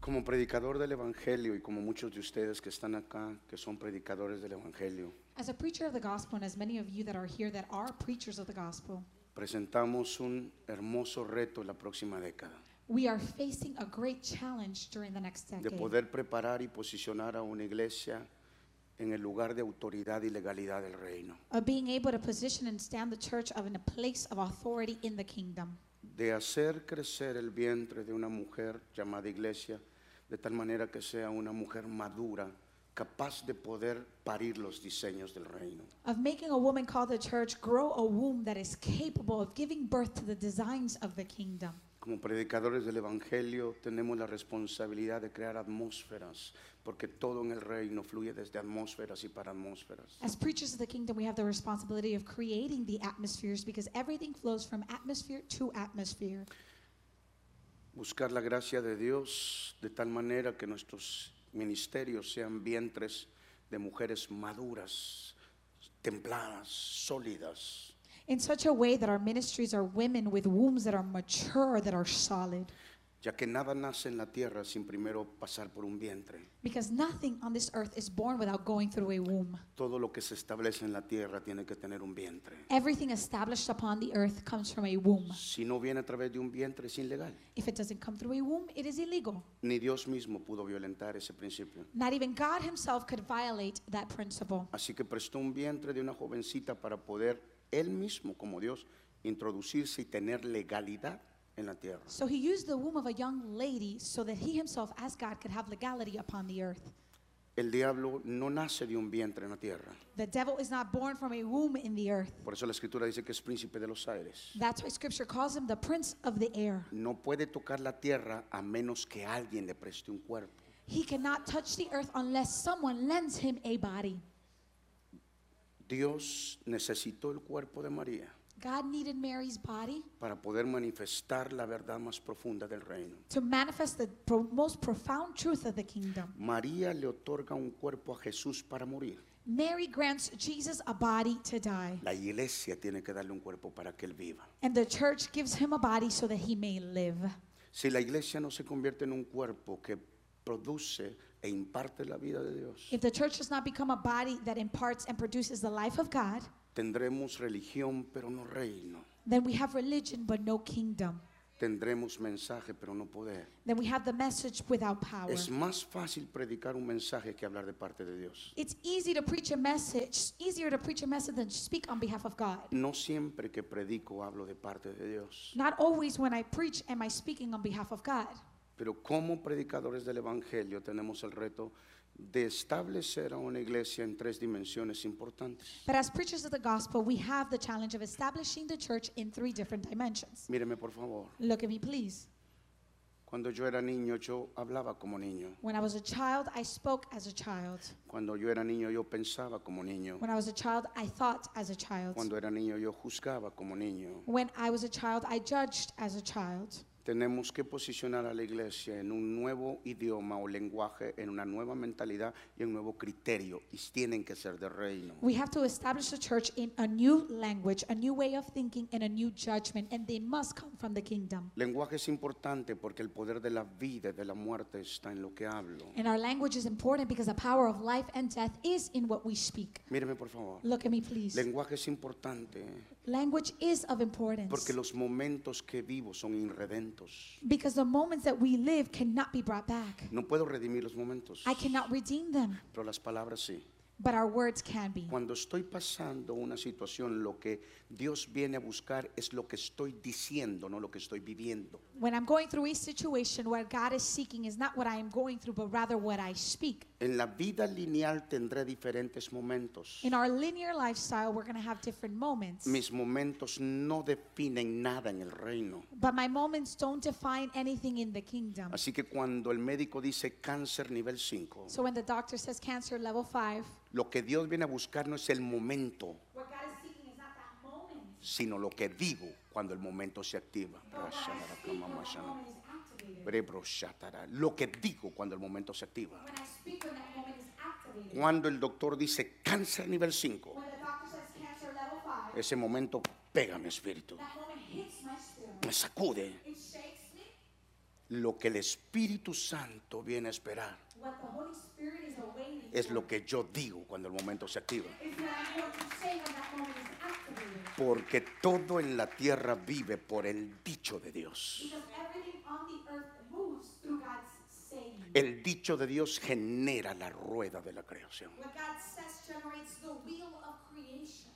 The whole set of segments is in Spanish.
como predicador del Evangelio y como muchos de ustedes que están acá, que son predicadores del Evangelio, As a preacher of the gospel, and as many of you that are here that are preachers of the gospel, presentamos un hermoso reto en la próxima década we are facing a great challenge during the next de decade poder preparar y posicionar a una iglesia en el lugar de autoridad y legalidad del reino, of being able to position and stand the church of in a place of authority in the kingdom, de hacer crecer el vientre de una mujer llamada iglesia, de tal manera que sea una mujer madura, capaz de poder parir los diseños del reino. of making a woman called the church grow a womb that is capable of giving birth to the designs of the kingdom. Como predicadores del Evangelio tenemos la responsabilidad de crear atmósferas, porque todo en el reino fluye desde atmósferas y para atmósferas. As preachers of the kingdom, we have the responsibility of creating the atmospheres because everything flows from atmosphere to atmosphere. Buscar la gracia de Dios de tal manera que nuestros ministerios sean vientres de mujeres maduras, templadas, sólidas. in such a way that our ministries are women with wombs that are mature, that are solid. ya que nada nace en la tierra sin primero pasar por un vientre. Because nothing on this earth is born without going through a womb. Todo lo que se establece en la tierra tiene que tener un vientre. Everything established upon the earth comes from a womb. Si no viene a través de un vientre es ilegal. If it doesn't come through a womb, it is illegal. Ni Dios mismo pudo violentar ese principio. Not even God Himself could violate that principle. Así que prestó un vientre de una jovencita para poder él mismo, como Dios, introducirse y tener legalidad en la tierra. So He used the womb of a young lady so that He Himself, as God, could have legality upon the earth. El diablo no nace de un vientre en la tierra. The devil is not born from a womb in the earth. Por eso la escritura dice que es príncipe de los aires. That's why Scripture calls Him the Prince of the Air. No puede tocar la tierra a menos que alguien le preste un cuerpo. He cannot touch the earth unless someone lends him a body. Dios necesitó el cuerpo de María God needed Mary's body para poder manifestar la verdad más profunda del reino. to manifest the pro- most profound truth of the kingdom. María le otorga un cuerpo a Jesús para morir. Mary grants Jesus a body to die, La iglesia tiene que darle un cuerpo para que él viva. and the church gives him a body so that he may live. Si la iglesia no se convierte en un cuerpo que produce e imparte la vida de Dios, If the church does not become a body that imparts and produces the life of God, tendremos religión pero no reino. then we have religion but no kingdom. Tendremos mensaje pero no poder. Then we have the message without power. Es más fácil predicar un mensaje que hablar de parte de Dios. It's easy to preach a message, easier to preach a message than to speak on behalf of God. No siempre que predico hablo de parte de Dios. Not always when I preach am I speaking on behalf of God. Pero como predicadores del Evangelio tenemos el reto de establecer a una iglesia en tres dimensiones importantes. But as preachers of the gospel, we have the challenge of establishing the church in three different dimensions. Míreme por favor, Look at me, please. cuando yo era niño yo hablaba como niño. When I was a child, I spoke as a child. Cuando yo era niño yo pensaba como niño. When I was a child, I thought as a child. Cuando era niño yo juzgaba como niño. When I was a child, I judged as a child. Tenemos que posicionar a la iglesia en un nuevo idioma o lenguaje, en una nueva mentalidad y un nuevo criterio. Y tienen que ser de reino. We have to establish the church in a new language, a new way of thinking, and a new judgment, and they must come from the kingdom. Lenguaje es importante porque el poder de la vida y de la muerte está en lo que hablo. And our language is important because the power of life and death is in what we speak. Míreme por favor. Look at me, please. Lenguaje es importante Language is of importance porque los momentos que vivo son irredentos. because the moments that we live cannot be brought back. No puedo redimir los momentos, I cannot redeem them, pero las palabras sí. but our words can be. Cuando estoy pasando una situación, lo que Dios viene a buscar es lo que estoy diciendo, no lo que estoy viviendo. When I'm going through a situation where God is seeking is not what I am going through, but rather what I speak. En la vida lineal tendré diferentes momentos. In our linear lifestyle, we're going to have different moments, Mis momentos no definen nada en el reino. but my moments don't define anything in the kingdom. Así que cuando el médico dice cáncer nivel 5, So when the doctor says cancer level five, lo que Dios viene a buscar no es el momento, what God is seeking is not that moment, sino lo que digo cuando el momento se activa. Lo que digo cuando el momento se activa. when I speak when that moment is activated. Cuando el doctor dice cáncer nivel 5, When the doctor says cancer level five, ese momento pega mi espíritu, that moment hits my spirit. me sacude, It shakes me. lo que el Espíritu Santo viene a esperar What the Holy Spirit is awaiting es lo que yo digo cuando el momento se activa. is not what you say when that moment is activated. Porque todo en la tierra vive por el dicho de Dios. Because everything on the earth moves through God's saying. El dicho de Dios genera la rueda de la creación. What God says generates the wheel of creation.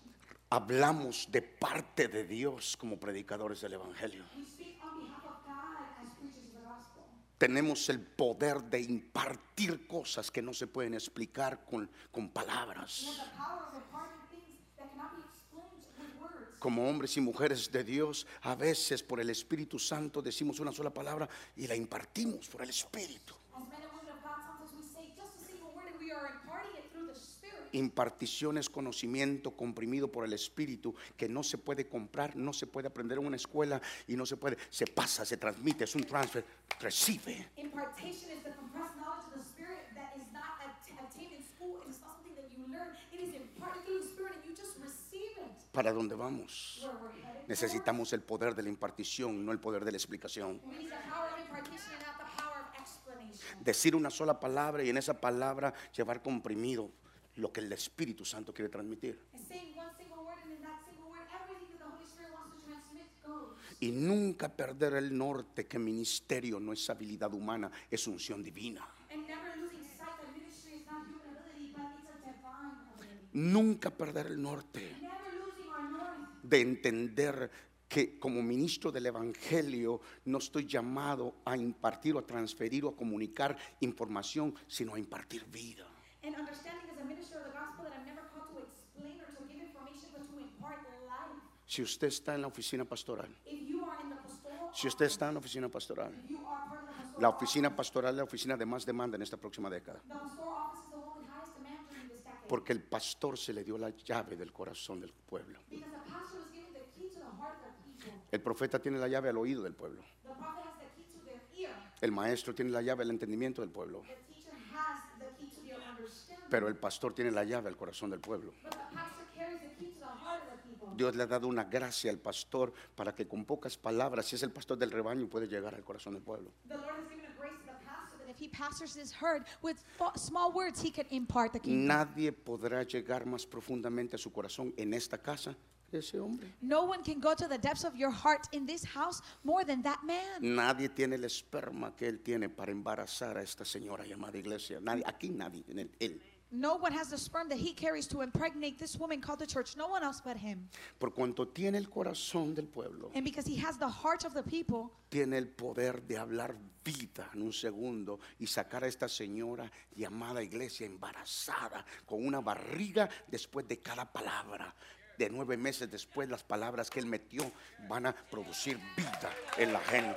Hablamos de parte de Dios como predicadores del Evangelio. We speak on behalf of God as preachers of the gospel. Tenemos el poder de impartir cosas que no se pueden explicar con, con We have palabras. the power of imparting things that cannot be explained with words. Como hombres y mujeres de Dios, a veces por el Espíritu Santo decimos una sola palabra y la impartimos por el Espíritu. As men and women of God, sometimes we say just a single word and we are imparting it through the Spirit. Impartición es conocimiento comprimido por el Espíritu que no se puede comprar, no se puede aprender en una escuela y no se puede, se pasa, se transmite, es un transfer, recibe. Impartation is the compressed knowledge of the Spirit that is not at- attained in school. It is not something that you learn. It is imparted through the Spirit and you just receive it. ¿Para dónde vamos? Where we're headed. Necesitamos el poder de la impartición, no el poder de la explicación. We need the power of impartation and not the power of explanation. Decir una sola palabra y en esa palabra llevar comprimido lo que el Espíritu Santo quiere transmitir. And saying one single word, and in that single word, everything that the Holy Spirit wants to transmit goes. Y nunca perder el norte que ministerio no es habilidad humana, es unción divina. And never losing sight that ministry is not human ability, but it's a divine ability. Nunca perder el norte. Never losing our north. de entender que como ministro del Evangelio no estoy llamado a impartir o a transferir o a comunicar información, sino a impartir vida. And understanding as a minister of the gospel that I'm never called to explain or to give information, but to impart life. Si usted está en la oficina pastoral, If you are in the pastoral, si usted está en la oficina pastoral, if you are part of the pastoral, la oficina pastoral es la oficina de más demanda en esta próxima década, the pastoral office is the one with highest demand during this decade. porque el pastor se le dio la llave del corazón del pueblo. because the pastor was given the key to the heart of the people. El profeta tiene la llave al oído del pueblo. The prophet has the key to their ear. El maestro tiene la llave al entendimiento del pueblo. The teacher has the key to their understanding. Pero el pastor tiene la llave al corazón del pueblo. But the pastor carries the key to the heart of the people. Dios le ha dado una gracia al pastor para que con pocas palabras, si es el pastor del rebaño, puede llegar al corazón del pueblo. The Lord has given a grace to the pastor that if he pastors his herd with fo- small words, he can impart the kingdom. Nadie podrá llegar más profundamente a su corazón en esta casa que ese hombre. No one can go to the depths of your heart in this house more than that man. Nadie tiene el esperma que él tiene para embarazar a esta señora llamada iglesia. Nadie, aquí nadie, en el- él. No one has the sperm that he carries to impregnate this woman called the church. No one else but him. Por cuanto tiene el corazón del pueblo, And because he has the heart of the people, tiene el poder de hablar vida en un segundo y sacar a esta señora llamada iglesia embarazada con una barriga después de cada palabra. De nueve meses después las palabras que él metió van a producir vida en la gente.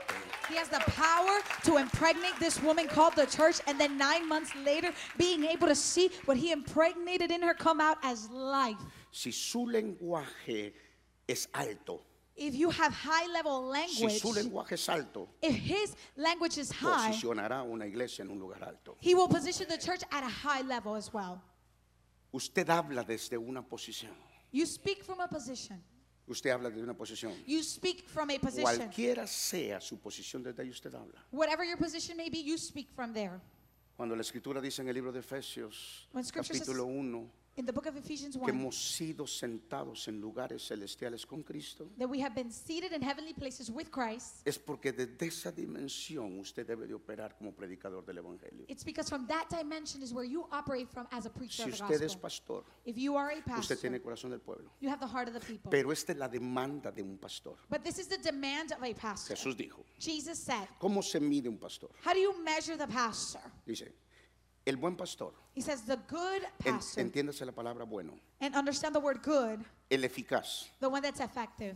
he has the power to impregnate this woman called the church. And then nine months later, being able to see what he impregnated in her come out as life. Si su lenguaje es alto, If you have high level si language, su lenguaje es alto, if his language is high, posicionará una iglesia en un lugar alto. he will position the church at a high level as well. Usted habla desde una posición. You speak from a position. Usted habla desde una posición. You speak from a position. Cualquiera sea su posición desde ahí usted habla. Whatever your position may be, you speak from there. Cuando la escritura dice en el libro de Efesios, When scripture says- capítulo 1, In the book of Ephesians que 1, hemos sido sentados en lugares celestiales con Cristo, that we have been seated in heavenly places with Christ, es porque desde esa dimensión usted debe de operar como predicador del Evangelio. it's because from that dimension is where you operate from as a preacher Si of usted the es gospel. pastor, If you are a pastor, usted tiene corazón del pueblo. you have the heart of the people. Pero esta es la demanda de un pastor. but this is the demand of a pastor. Jesús dijo, Jesus said, ¿cómo se mide un pastor? How do you measure the pastor? Dice, el buen pastor, He says, The good en- pastor. entiéndase la palabra bueno, and understand the word good, el eficaz, the one that's effective,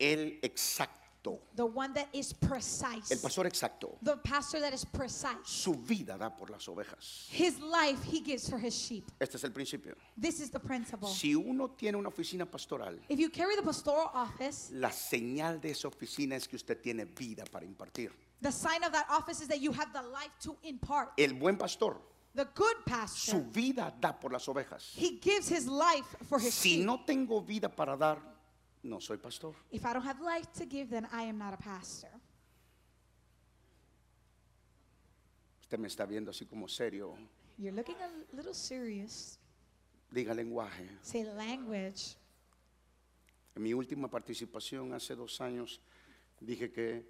el exacto, the one that is precise. el pastor exacto, the pastor that is precise. su vida da por las ovejas. His life he gives for his sheep. Este es el principio. This is the principle. Si uno tiene una oficina pastoral, If you carry the pastoral office, la señal de esa oficina es que usted tiene vida para impartir. the sign of that office is that you have the life to impart. El buen pastor, The good su pastor, vida da por las ovejas. he gives his life for his Si sheep. no tengo vida para dar, no soy pastor. If I don't have life to give, then I am not a pastor. Usted me está viendo así como serio. You're looking a little serious. Diga lenguaje. Say language. En mi última participación hace dos años dije que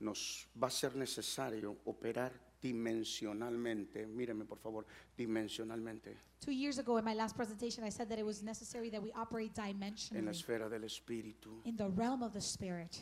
nos va a ser necesario operar dimensionalmente. Míreme por favor, dimensionalmente Two years ago in my last presentation, I said that it was necessary that we operate en la dimensionally esfera del espíritu. in the realm of the spirit.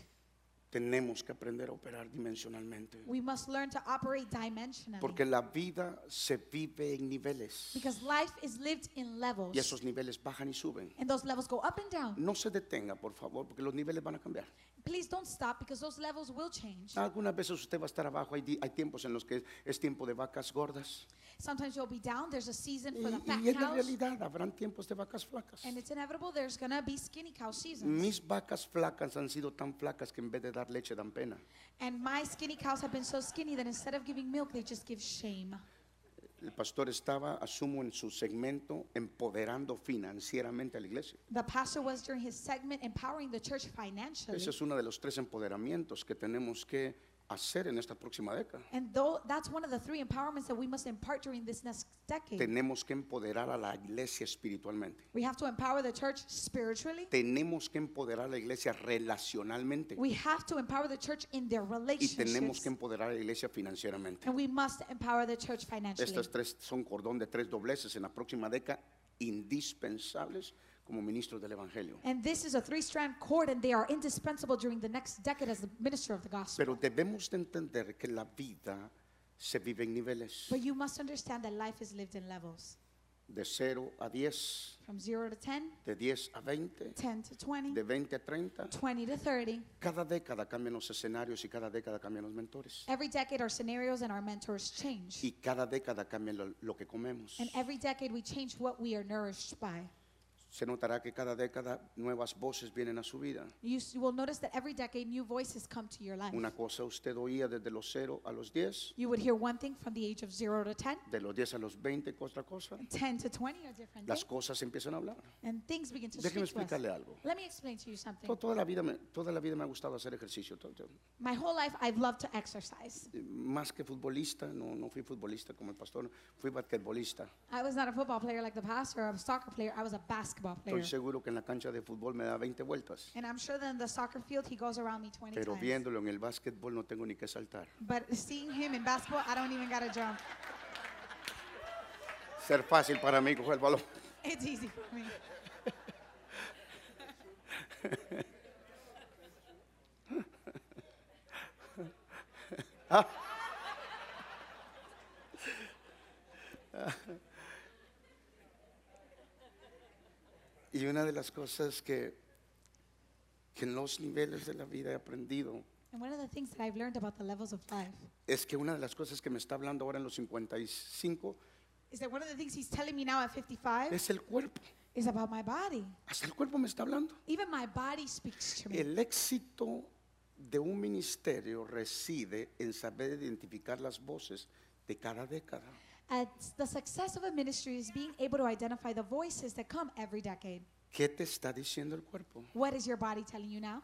Tenemos que aprender a operar dimensionalmente. We must learn to operate dimensionally Porque la vida se vive en niveles because life is lived in levels, y esos niveles bajan y suben. and those levels go up and down. No se detenga, por favor, porque los niveles van a cambiar. Please don't stop because those levels will change. Algunas veces usted va a estar abajo, hay, di- hay tiempos en los que es, es tiempo de vacas gordas. Sometimes you'll be down. There's a season Y, for the fat y es la cows, realidad, habrán tiempos de vacas flacas. and it's inevitable. There's gonna be skinny cow seasons, Mis vacas flacas han sido tan flacas que en vez de dar leche dan pena. and my skinny cows have been so skinny that instead of giving milk, they just give shame. El pastor estaba, asumo, en su segmento empoderando financieramente a la iglesia. The pastor was during his segment empowering the church financially. Ese es uno de los tres empoderamientos que tenemos que hacer en esta próxima década. And though that's one of the three empowerments that we must impart during this next decade, Tenemos que empoderar a la iglesia espiritualmente. we have to empower the church spiritually. Tenemos que empoderar a la iglesia relacionalmente. We have to empower the church in their Y tenemos relationships. que empoderar a la iglesia financieramente. And we must empower the church financially. Estas tres son cordón de tres dobleces en la próxima década indispensables como ministros del Evangelio. And this is a three strand cord, and they are indispensable during the next decade as the minister of the gospel. Pero debemos de entender que la vida se vive en niveles But you must understand that life is lived in levels de 0 a 10, from 0 to 10, de 10 a 20, 10 to 20, de 20 a 30. 20 to 30. Cada década cambian los escenarios y cada década cambian los mentores. Every decade, our scenarios and our mentors change. Y cada década cambian lo, lo que comemos. And every decade, we change what we are nourished by. Se notará que cada década nuevas voces vienen a su vida. You s- you will notice that every decade, new voices come to your life. Una cosa usted oía desde los 0 a los 10, You would hear one thing from the age of 0 to 10, de los 10 a los 20, otra cosa. 10 to 20 are different Las things, cosas empiezan a hablar. and things begin to Déjeme speak to us. explicarle algo. Let me explain to you To- something. Toda la vida me, toda la vida me ha gustado hacer ejercicio. to- to- My whole life, I've loved to exercise. más que futbolista, no, no fui futbolista como el pastor, fui basquetbolista. I was not a football player like the pastor or a soccer player. I was a basketball player. Estoy seguro que en la cancha de fútbol me da 20 vueltas, And I'm sure that in the soccer field, he goes around me 20 pero times. viéndolo en el básquetbol no tengo ni que saltar. But seeing him in basketball, I don't even got to jump. Ser fácil para mí coger el balón. It's easy for me. Y una de las cosas que, que en los niveles de la vida he aprendido And one of the things that I've learned about the levels of life es que una de las cosas que me está hablando ahora en los 55 is that one of the things he's telling me now at 55 es el cuerpo. is about my body. Hasta el cuerpo me está hablando. Even my body speaks to me. El éxito de un ministerio reside en saber identificar las voces de cada década. Uh, the success of a ministry is being able to identify the voices that come every decade. ¿Qué te está diciendo el cuerpo? What is your body telling you now?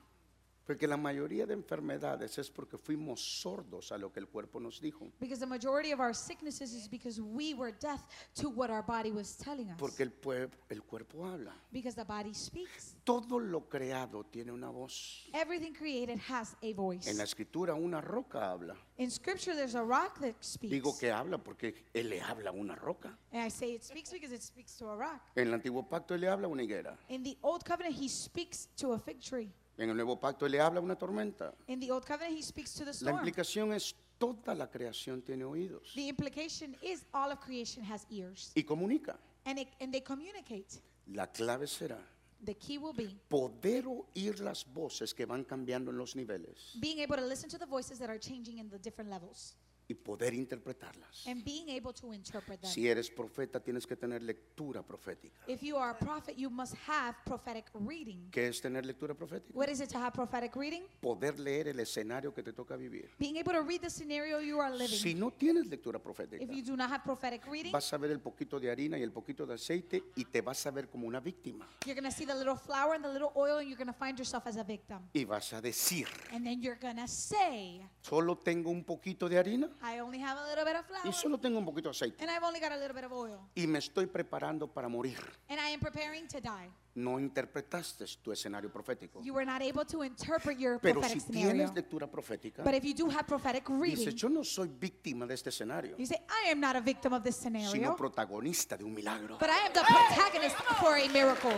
Porque la mayoría de enfermedades es porque fuimos sordos a lo que el cuerpo nos dijo. Because the majority of our sicknesses is because we were deaf to what our body was telling us. Porque el, pue- el cuerpo habla. Because the body speaks. Todo lo creado tiene una voz. Everything created has a voice. En la escritura una roca habla. In scripture, there's a rock that speaks. Digo que habla porque él le habla a una roca. And I say it speaks because it speaks to a rock. En el antiguo pacto él le habla a una higuera. In the Old Covenant, he speaks to a fig tree. En el nuevo pacto él le habla a una tormenta. In the Old Covenant, he speaks to the La storm. implicación es toda la creación tiene oídos The implication is all of creation has ears. y comunica. And, it, and they communicate. La clave será The key will be poder oír las voces que van cambiando en los niveles being able to listen to the voices that are changing in the different levels y poder interpretarlas. and being able to interpret them. Si eres profeta tienes que tener lectura profética. If you are a prophet, you must have prophetic reading. ¿Qué es tener lectura profética? What is it to have prophetic reading? Poder leer el escenario que te toca vivir. Being able to read the scenario you are living. Si no tienes lectura profética, If you do not have prophetic reading, vas a ver el poquito de harina y el poquito de aceite y te vas a ver como una víctima. you're going to see the little flour and the little oil, and you're going to find yourself as a victim. Y vas a decir, And then you're going to say, solo tengo un poquito de harina I only have a little bit of y flour. solo tengo un poquito de aceite. And I've only got a little bit of oil. Y me estoy preparando para morir. And I am preparing to die. No interpretaste tu escenario profético. You were not able to interpret your Pero si prophetic scenario. tienes lectura profética, But if you do have prophetic dices, reading, yo no soy víctima de este escenario, you say, I am not a victim of this sino scenario, protagonista de un milagro. but I am the protagonist for a miracle.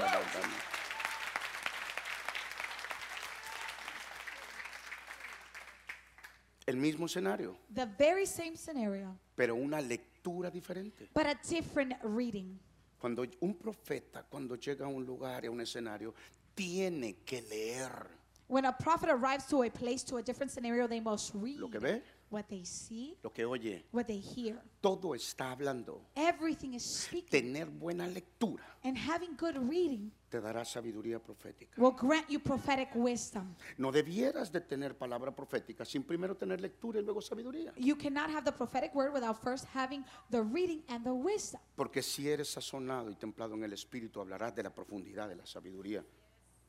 El mismo escenario, The very same scenario, pero una lectura diferente. but a different reading. Cuando un profeta, cuando llega a un lugar y a un escenario, tiene que leer When a prophet arrives to a place, to a different scenario, they must read lo que ve, what they see, lo que oye. what they hear. Todo está hablando. Everything is speaking. Tener buena lectura And having good reading te dará sabiduría profética. will grant you prophetic wisdom. No debieras de tener palabra profética sin primero tener lectura y luego sabiduría. You cannot have the prophetic word without first having the reading and the wisdom. Porque si eres sazonado y templado en el espíritu, hablarás de la profundidad de la sabiduría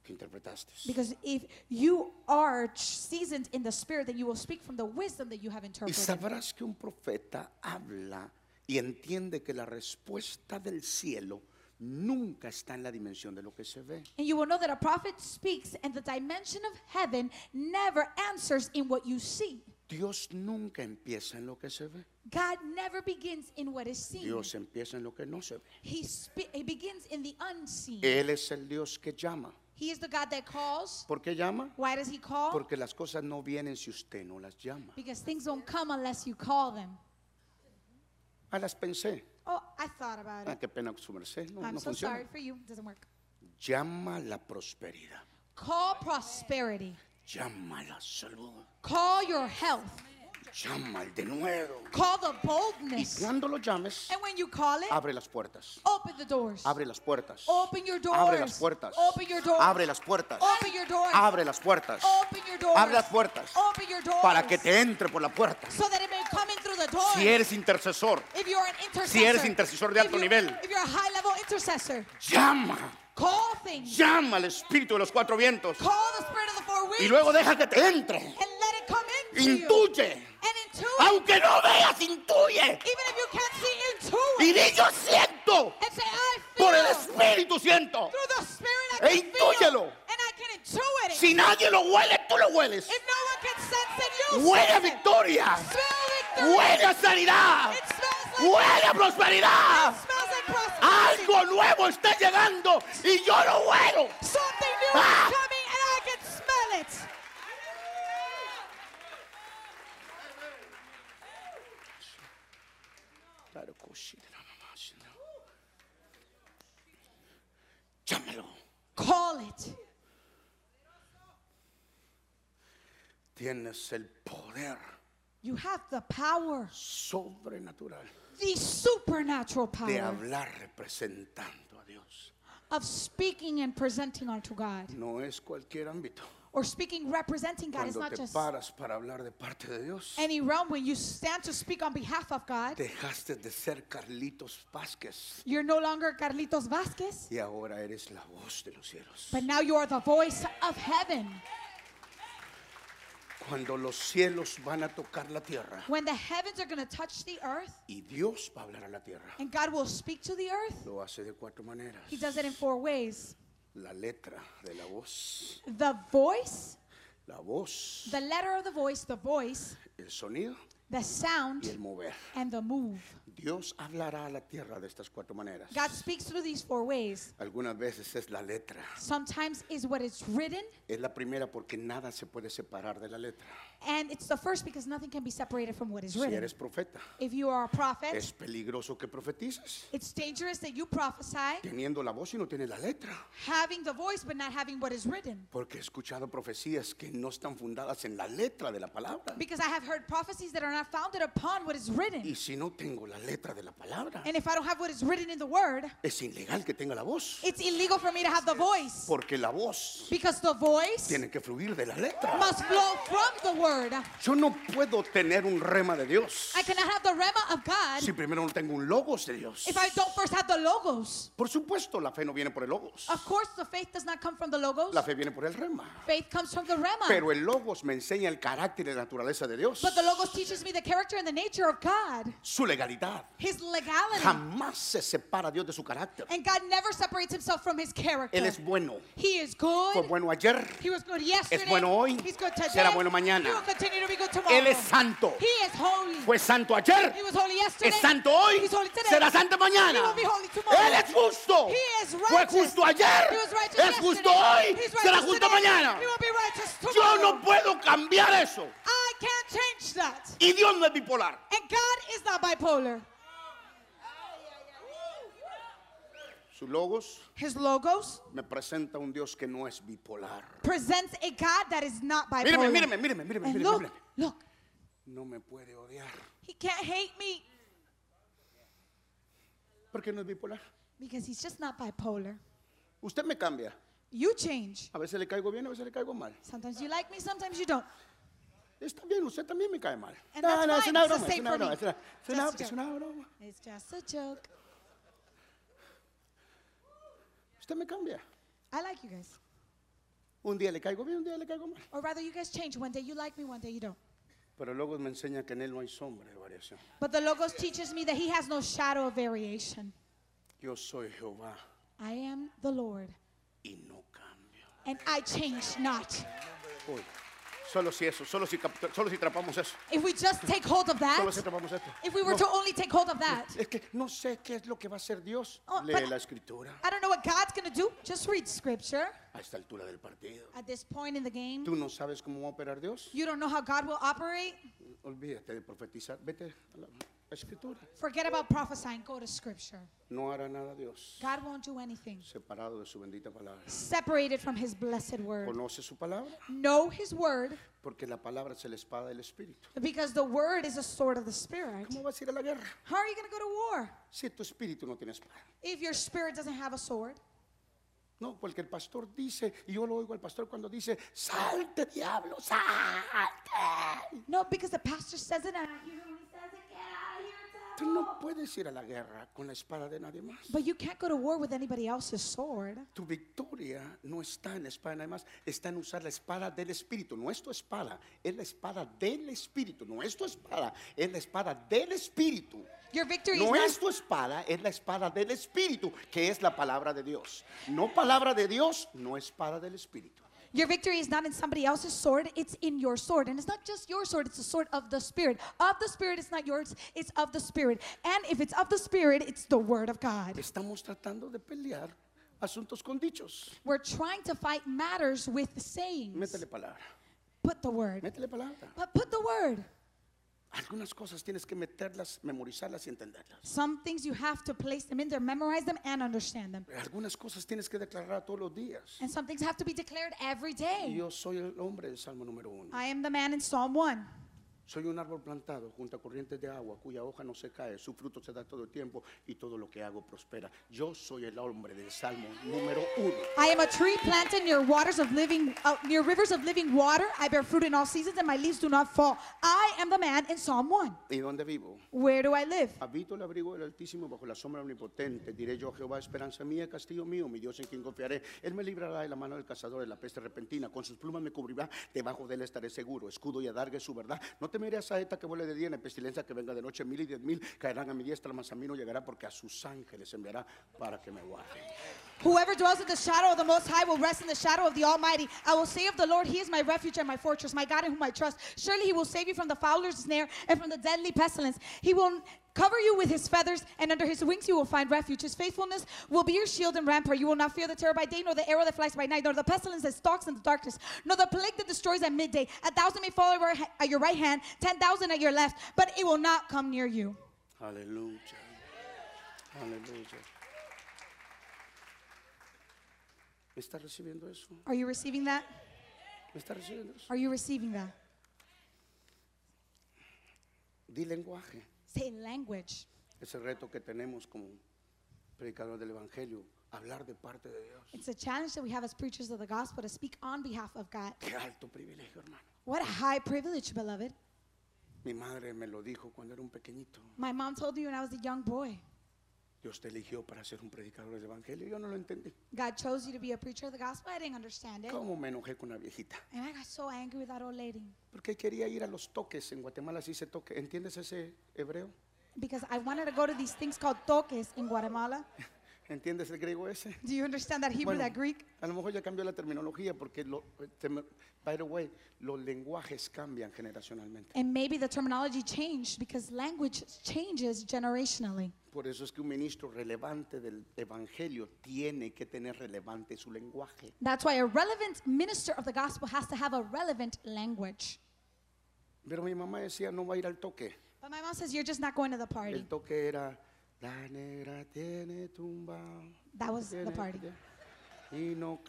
que interpretaste. Because if you are ch- seasoned in the spirit, then you will speak from the wisdom that you have Y interpreted. sabrás que un profeta habla y entiende que la respuesta del cielo nunca está en la dimensión de lo que se ve. And you will know that a prophet speaks, and the dimension of heaven never answers in what you see. Dios nunca empieza en lo que se ve. God never begins in what is seen. Dios empieza en lo que no se ve. He, spe- he begins in the unseen. Él es el Dios que llama. He is the God that calls. ¿Por qué llama? Why does he call? Porque las cosas no vienen si usted no las llama. Because things don't come unless you call them. Ah, las pensé. Oh, I thought about Ah, it. qué pena con su merced. Ah, No, I'm no so sorry funciona. for you. Doesn't work. Llama la prosperidad. Call prosperity. Llama la salud. Call your health. Llama el denuedo. Call the Y boldness. cuando lo llames, And when you call it, abre las puertas. open the doors. Abre las puertas. Open your doors. Abre las puertas. Open your doors. Abre las puertas. Open your doors. Abre las puertas. Open your doors. Abre las puertas. Open your doors. Para que te entre por la puerta. So that it may come in through the doors. Si eres intercesor, if you're an intercessor. si eres intercesor de if alto you- nivel. If you're a high level intercessor. llama. Call things. Llama al espíritu de los cuatro vientos. Call the spirit of the four winds. Y luego deja que te entre. and let it come into you. Intuye. And intuit. Aunque no veas, intuye. Even if you can't see intuit. Y di yo siento. and say, I feel. Por el espíritu siento. through the spirit I E can feel. intúyelo. And I can intuit it. Si nadie lo huele, tú lo hueles. If no one can sense it, you Huele a sense it. victoria. Smell victory. Huele a sanidad. It smells like, Huele a prosperidad. smells like prosperity. Algo nuevo está llegando y yo lo huelo. Something new Ah. is coming and I can smell it. Llámalo. Call it. Tienes el poder You have the power, sobrenatural the supernatural de power hablar representando a Dios. of speaking and presenting unto God. No es cualquier ámbito. Or speaking, representing God. It's Cuando not te just paras para hablar de parte de Dios, any realm. When you stand to speak on behalf of God, dejaste de ser Carlitos Vázquez you're no longer Carlitos Vasquez, y ahora eres la voz de los cielos. but now you are the voice of heaven. Cuando los cielos van a tocar la tierra When the heavens are going to touch the earth y Dios va a hablar a la tierra, and God will speak to the earth, lo hace de cuatro maneras. He does it in four ways La letra de la voz, the voice, la voz, the letter of the voice, the voice, el sonido the y el sound, mover. and the move. Dios hablará a la tierra de estas cuatro maneras. God speaks through these four ways. Algunas veces es la letra. Sometimes is what is written, Es la primera porque nada se puede separar de la letra. and it's the first because nothing can be separated from what is Si written. eres profeta, If you are a prophet, es peligroso que profetices It's dangerous that you prophesy teniendo la voz y no tienes la letra. having the voice but not having what is written. Porque he escuchado profecías que no están fundadas en la letra de la palabra. Because I have heard prophecies that are not founded upon what is Y written. si no tengo la letra de la palabra, And if I don't have what is written in the word, es ilegal que tenga la voz. it's illegal for me to have the voice. Porque la voz Because the voice tiene que fluir de la letra. must flow from the word. Yo no puedo tener un rema de Dios I cannot have the rema of God si primero no tengo un logos de Dios. if I don't first have the logos. Por supuesto, la fe no viene por el logos. Of course, the faith does not come from the logos. La fe viene por el rema. Faith comes from the rema. Pero el logos me enseña el carácter y la naturaleza de Dios. But the logos teaches me me the character and the nature of God, su legalidad. His legality. Jamás se separa Dios de su carácter. And God never separates himself from His character. Él es bueno. He is good. Fue bueno ayer. He was good yesterday. bueno hoy. He's good today. Será bueno mañana. He will continue to be good tomorrow. Él es santo. He is holy. Fue santo ayer. He was holy yesterday. Es santo hoy. He's holy today. Será santo mañana. He will be holy tomorrow. Él es justo. He is Fue righteous. justo ayer. He was righteous Es justo yesterday. hoy. He's Será righteous justo today. mañana. He will be righteous Yo tomorrow. no puedo cambiar eso. I can't change that. Y Dios no es bipolar. And God is not bipolar. Sus logos His logos me presenta un Dios que no es bipolar. presents a God that is not bipolar. Míreme, míreme, míreme, míreme, And míreme, look, míreme. look, No me puede odiar he can't hate me porque no es bipolar. because he's just not bipolar. Usted me cambia. You change. A veces le caigo bien, a veces le caigo mal. Sometimes you like me, sometimes you don't. Está bien, usted también me cae mal. And No, that's no, es fine. una It's the broma, es same una for broma, me. es una- es una- Just a es una broma. It's just a joke. Usted me cambia. I like you guys. Un día le caigo bien, un día le caigo mal. Or rather, you guys change. One day you like me, one day you don't. Pero luego me enseña que en él no hay sombra de variación. But the logos teaches me that he has no shadow of variation. Yo soy Jehová I am the Lord, y no cambio. and I change not. Uy, solo si eso, solo si, captu- solo si atrapamos eso, If we just take hold of that, solo si atrapamos esto. if we were to only take hold of that, Es que no sé qué es lo que va a hacer Dios. Oh, Lee but- la escritura I don't know what God's gonna do. Just read scripture a esta altura del partido. at this point in the game. ¿Tú no sabes cómo va a operar Dios? You don't know how God will operate. Olvídate de profetizar. Vete a la la escritura. Forget about prophesying. Go to scripture. No hará nada Dios God won't do anything separado de su bendita palabra. separated from His blessed word. Conoce su palabra Know His word porque la palabra es la espada del espíritu. because the word is a sword of the spirit. ¿Cómo vas a ir a la guerra How are you gonna go to war si tu espíritu no tiene espada? if your spirit doesn't have a sword? No, porque el pastor dice, y yo lo oigo al pastor cuando dice, salte diablo, salte. No, because the pastor says it, and I hear him when he says it. Get out of here, Tú devil." no puedes ir a la guerra con la espada de nadie más. But you can't go to war with anybody else's sword. Tu victoria no está en la espada de nadie más, está en usar la espada del espíritu. No es tu espada, es la espada del espíritu. No es tu espada, es la espada del espíritu. Your victory No is es tu espada, es la espada del Espíritu, que es la palabra de Dios. No palabra de Dios, no espada del Espíritu. not, your victory is not in somebody else's sword. It's in your sword, and it's not just your sword. It's the sword of the spirit. Of the spirit, it's not yours. It's of the spirit. And if it's of the spirit, it's the word of God. Estamos tratando de pelear asuntos con dichos. We're trying to fight matters with sayings. Métele palabra, Put the word. métele palabra. But put the word. Algunas cosas tienes que meterlas, memorizarlas y entenderlas. Some things you have to place them in there, memorize them, and understand them. Algunas cosas tienes que declarar todos los días. And some things have to be declared every day. Yo soy el hombre del Salmo número uno. I am the man in Psalm 1. Soy un árbol plantado junto a corrientes de agua cuya hoja no se cae, su fruto se da todo el tiempo y todo lo que hago prospera. Yo soy el hombre del Salmo número uno. I am a tree planted near waters of living, uh, near rivers of living water. I bear fruit in all seasons, and my leaves do not fall. I am the man in Psalm 1. ¿Y dónde vivo? Where do I live? Habito el abrigo del Altísimo bajo la sombra omnipotente. Diré yo a Jehová, esperanza mía, castillo mío, mi Dios en quien confiaré. Él me librará de la mano del cazador de la peste repentina. Con sus plumas me cubrirá, debajo de él estaré seguro. Escudo y adarga es su verdad. No temeré a saeta que vuele de día, ni pestilencia que venga de noche. Mil y diez mil caerán a mi diestra, mas a mí no llegará, porque a sus ángeles enviará para que me guarden. Whoever dwells in the shadow of the Most High will rest in the shadow of the Almighty. I will say of the Lord, He is my refuge and my fortress, my God in whom I trust. Surely He will save you from the fowler's snare and from the deadly pestilence. He will cover you with His feathers, and under His wings you will find refuge. His faithfulness will be your shield and rampart. You will not fear the terror by day, nor the arrow that flies by night, nor the pestilence that stalks in the darkness, nor the plague that destroys at midday. A thousand may fall at your- at your right hand, ten thousand at your left, but it will not come near you. Aleluya. Aleluya. ¿Me está recibiendo eso? Are you receiving that? ¿Me está recibiendo eso? Are you receiving that? Di lenguaje. Say language. ese reto que tenemos como predicadores del Evangelio, hablar de parte de Dios. It's a challenge that we have as preachers of the gospel to speak on behalf of God. Qué alto privilegio, hermano. What a high privilege, beloved. Mi madre me lo dijo cuando era un pequeñito. My mom told me when I was a young boy. Dios te eligió para ser un predicador del Evangelio. Yo no lo entendí. God chose you to be a preacher of the gospel. I didn't understand it. ¿Cómo me enojé con la viejita? And I got so angry with that old lady Porque quería ir a los toques. En Guatemala sí se toque. ¿Entiendes ese hebreo? because I wanted to go to these things called toques in Guatemala. ¿Entiendes el griego ese? Do you understand that Hebrew, Bueno, that Greek? a lo mejor ya cambió la terminología porque, lo, te- by the way, los lenguajes cambian generacionalmente. And maybe the terminology changed because language changes generationally. Por eso es que un ministro relevante del Evangelio tiene que tener relevante su lenguaje. That's why a relevant minister of the gospel has to have a relevant language. Pero mi mamá decía, no va a ir al toque. But my mom says, You're just not going to the party. El toque era, la negra tiene tumba. That was the tiene- party. Y no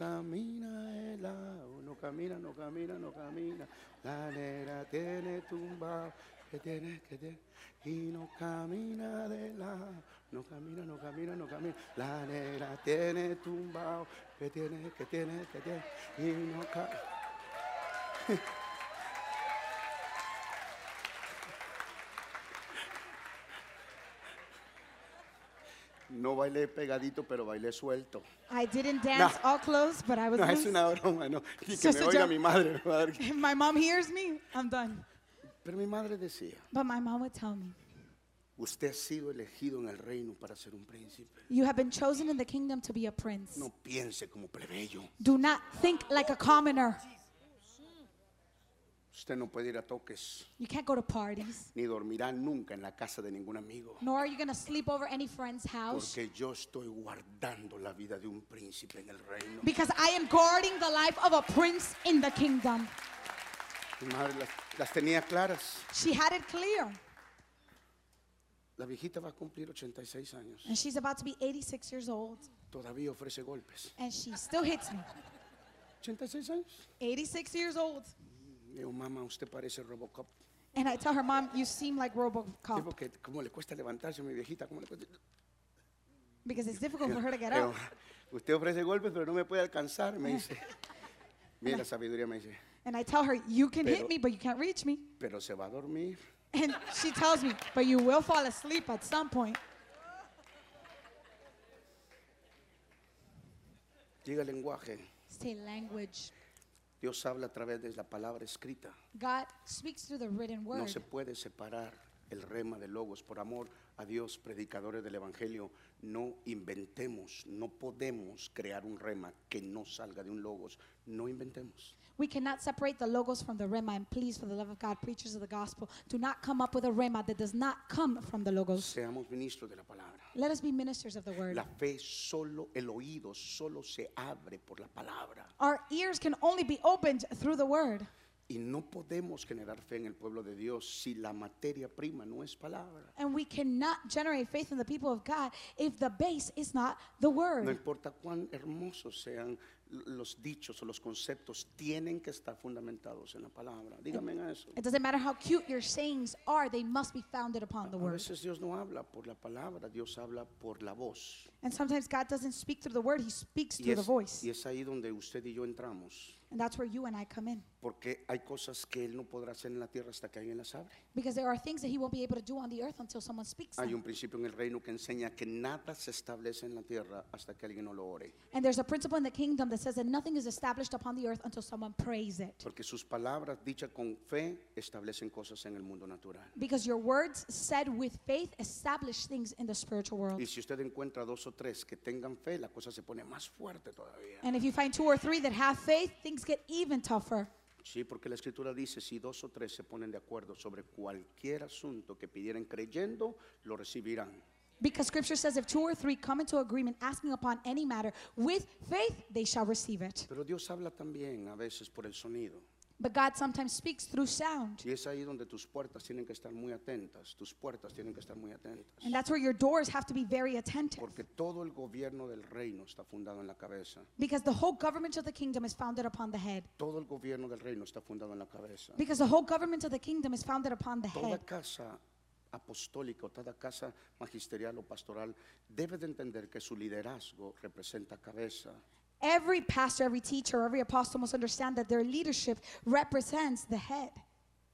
camina el agua, no camina, no camina, no camina. La negra tiene tumba, que tiene, que tiene. Y no camina de lado, no camina, no camina, no camina. La negra tiene tumba, que tiene, que tiene, que tiene. Y no camina. No bailé pegadito, pero bailé suelto. I didn't dance all close, but I was. No, es una loose. broma, no. Ni que So- me so oiga yo- mi madre. me va a dar- If my mom hears me, I'm done. Pero mi madre decía, But my mom would tell me, usted ha sido elegido en el reino para ser un príncipe. You have been chosen in the kingdom to be a prince. No piense como plebeyo. Do not think like a commoner. Usted no puede ir a toques, You can't go to parties, ni dormirá nunca en la casa de ningún amigo. nor are you going to sleep over any friend's house. Porque yo estoy guardando la vida de un príncipe en el reino. Because I am guarding the life of a prince in the kingdom. Mi madre las, las tenía claras. She had it clear. La viejita va a cumplir 86 años. And she's about to be 86 years old. Todavía ofrece golpes. And she still hits me. 86 años. 86 years old. Le Digo, mamá, usted parece Robocop. And I tell her, Mom, you seem like Digo Robocop. que como le cuesta levantarse a mi viejita, como le cuesta. Because it's difficult for her to get Pero, up. usted ofrece golpes, pero no me puede alcanzar, me dice. Mira la sabiduría, me dice. And I tell her, You can Pero- hit me, but you can't reach me. Pero se va a dormir. And she tells me, But you will fall asleep at some point. Llega el lenguaje. Say language. Dios habla a través de la palabra escrita. God speaks through the written No word. se puede separar el rema de logos. Por amor a Dios, predicadores del Evangelio, no inventemos, no podemos crear un rema que no salga de un logos. No inventemos. We cannot separate the logos from the rema. And please, for the love of God, preachers of the gospel, do not come up with a rema that does not come from the logos. Seamos ministros de la palabra. Let us be ministers of the word. La fe solo, el oído solo se abre por la palabra. Our ears can only be opened through the word. Y no podemos generar fe en el pueblo de Dios si la materia prima no es palabra. And we cannot generate faith in the people of God if the base is not the No word. importa cuán hermosos sean l- los dichos o los conceptos, tienen que estar fundamentados en la palabra. Dígame a eso. It doesn't matter how cute your sayings are, they must be founded upon the A word. veces Dios no habla por la palabra, Dios habla por la voz. And sometimes God doesn't speak through the word, He speaks Y through the es, voice. y es ahí donde usted y yo entramos, And that's where you and I come in. porque hay cosas que Él no podrá hacer en la tierra hasta que alguien las abre. Because there are things that He won't be able to do on the earth until someone speaks. Hay them. un principio en el reino que enseña que nada se establece en la tierra hasta que alguien no lo ore, And there's a principle in the kingdom that says that nothing is established upon the earth until someone prays it. porque sus palabras dichas con fe establecen cosas en el mundo natural. Because your words said with faith establish things in the spiritual world. Y si usted encuentra dos o tres que tengan fe, la cosa se pone más fuerte todavía. And if you find two or three that have faith, things get even tougher. Sí, porque la escritura dice, si dos o tres se ponen de acuerdo sobre cualquier asunto que pidieran creyendo, lo recibirán. Because scripture says if two or three come into agreement asking upon any matter with faith, they shall receive it. Pero Dios habla también a veces por el sonido. But God sometimes speaks through sound. Y es ahí donde tus puertas tienen que estar muy atentas, tus puertas tienen que estar muy atentas. And that's where your doors have to be very attentive. Porque todo el gobierno del reino está fundado en la cabeza. Because the whole government of the kingdom is founded upon the head. Todo el gobierno del reino está fundado en la cabeza. Because the whole government of the kingdom is founded upon the Toda head. casa apostólica o toda casa magisterial o pastoral debe de entender que su liderazgo representa cabeza. Every pastor, every teacher, every apostle must understand that their leadership represents the head.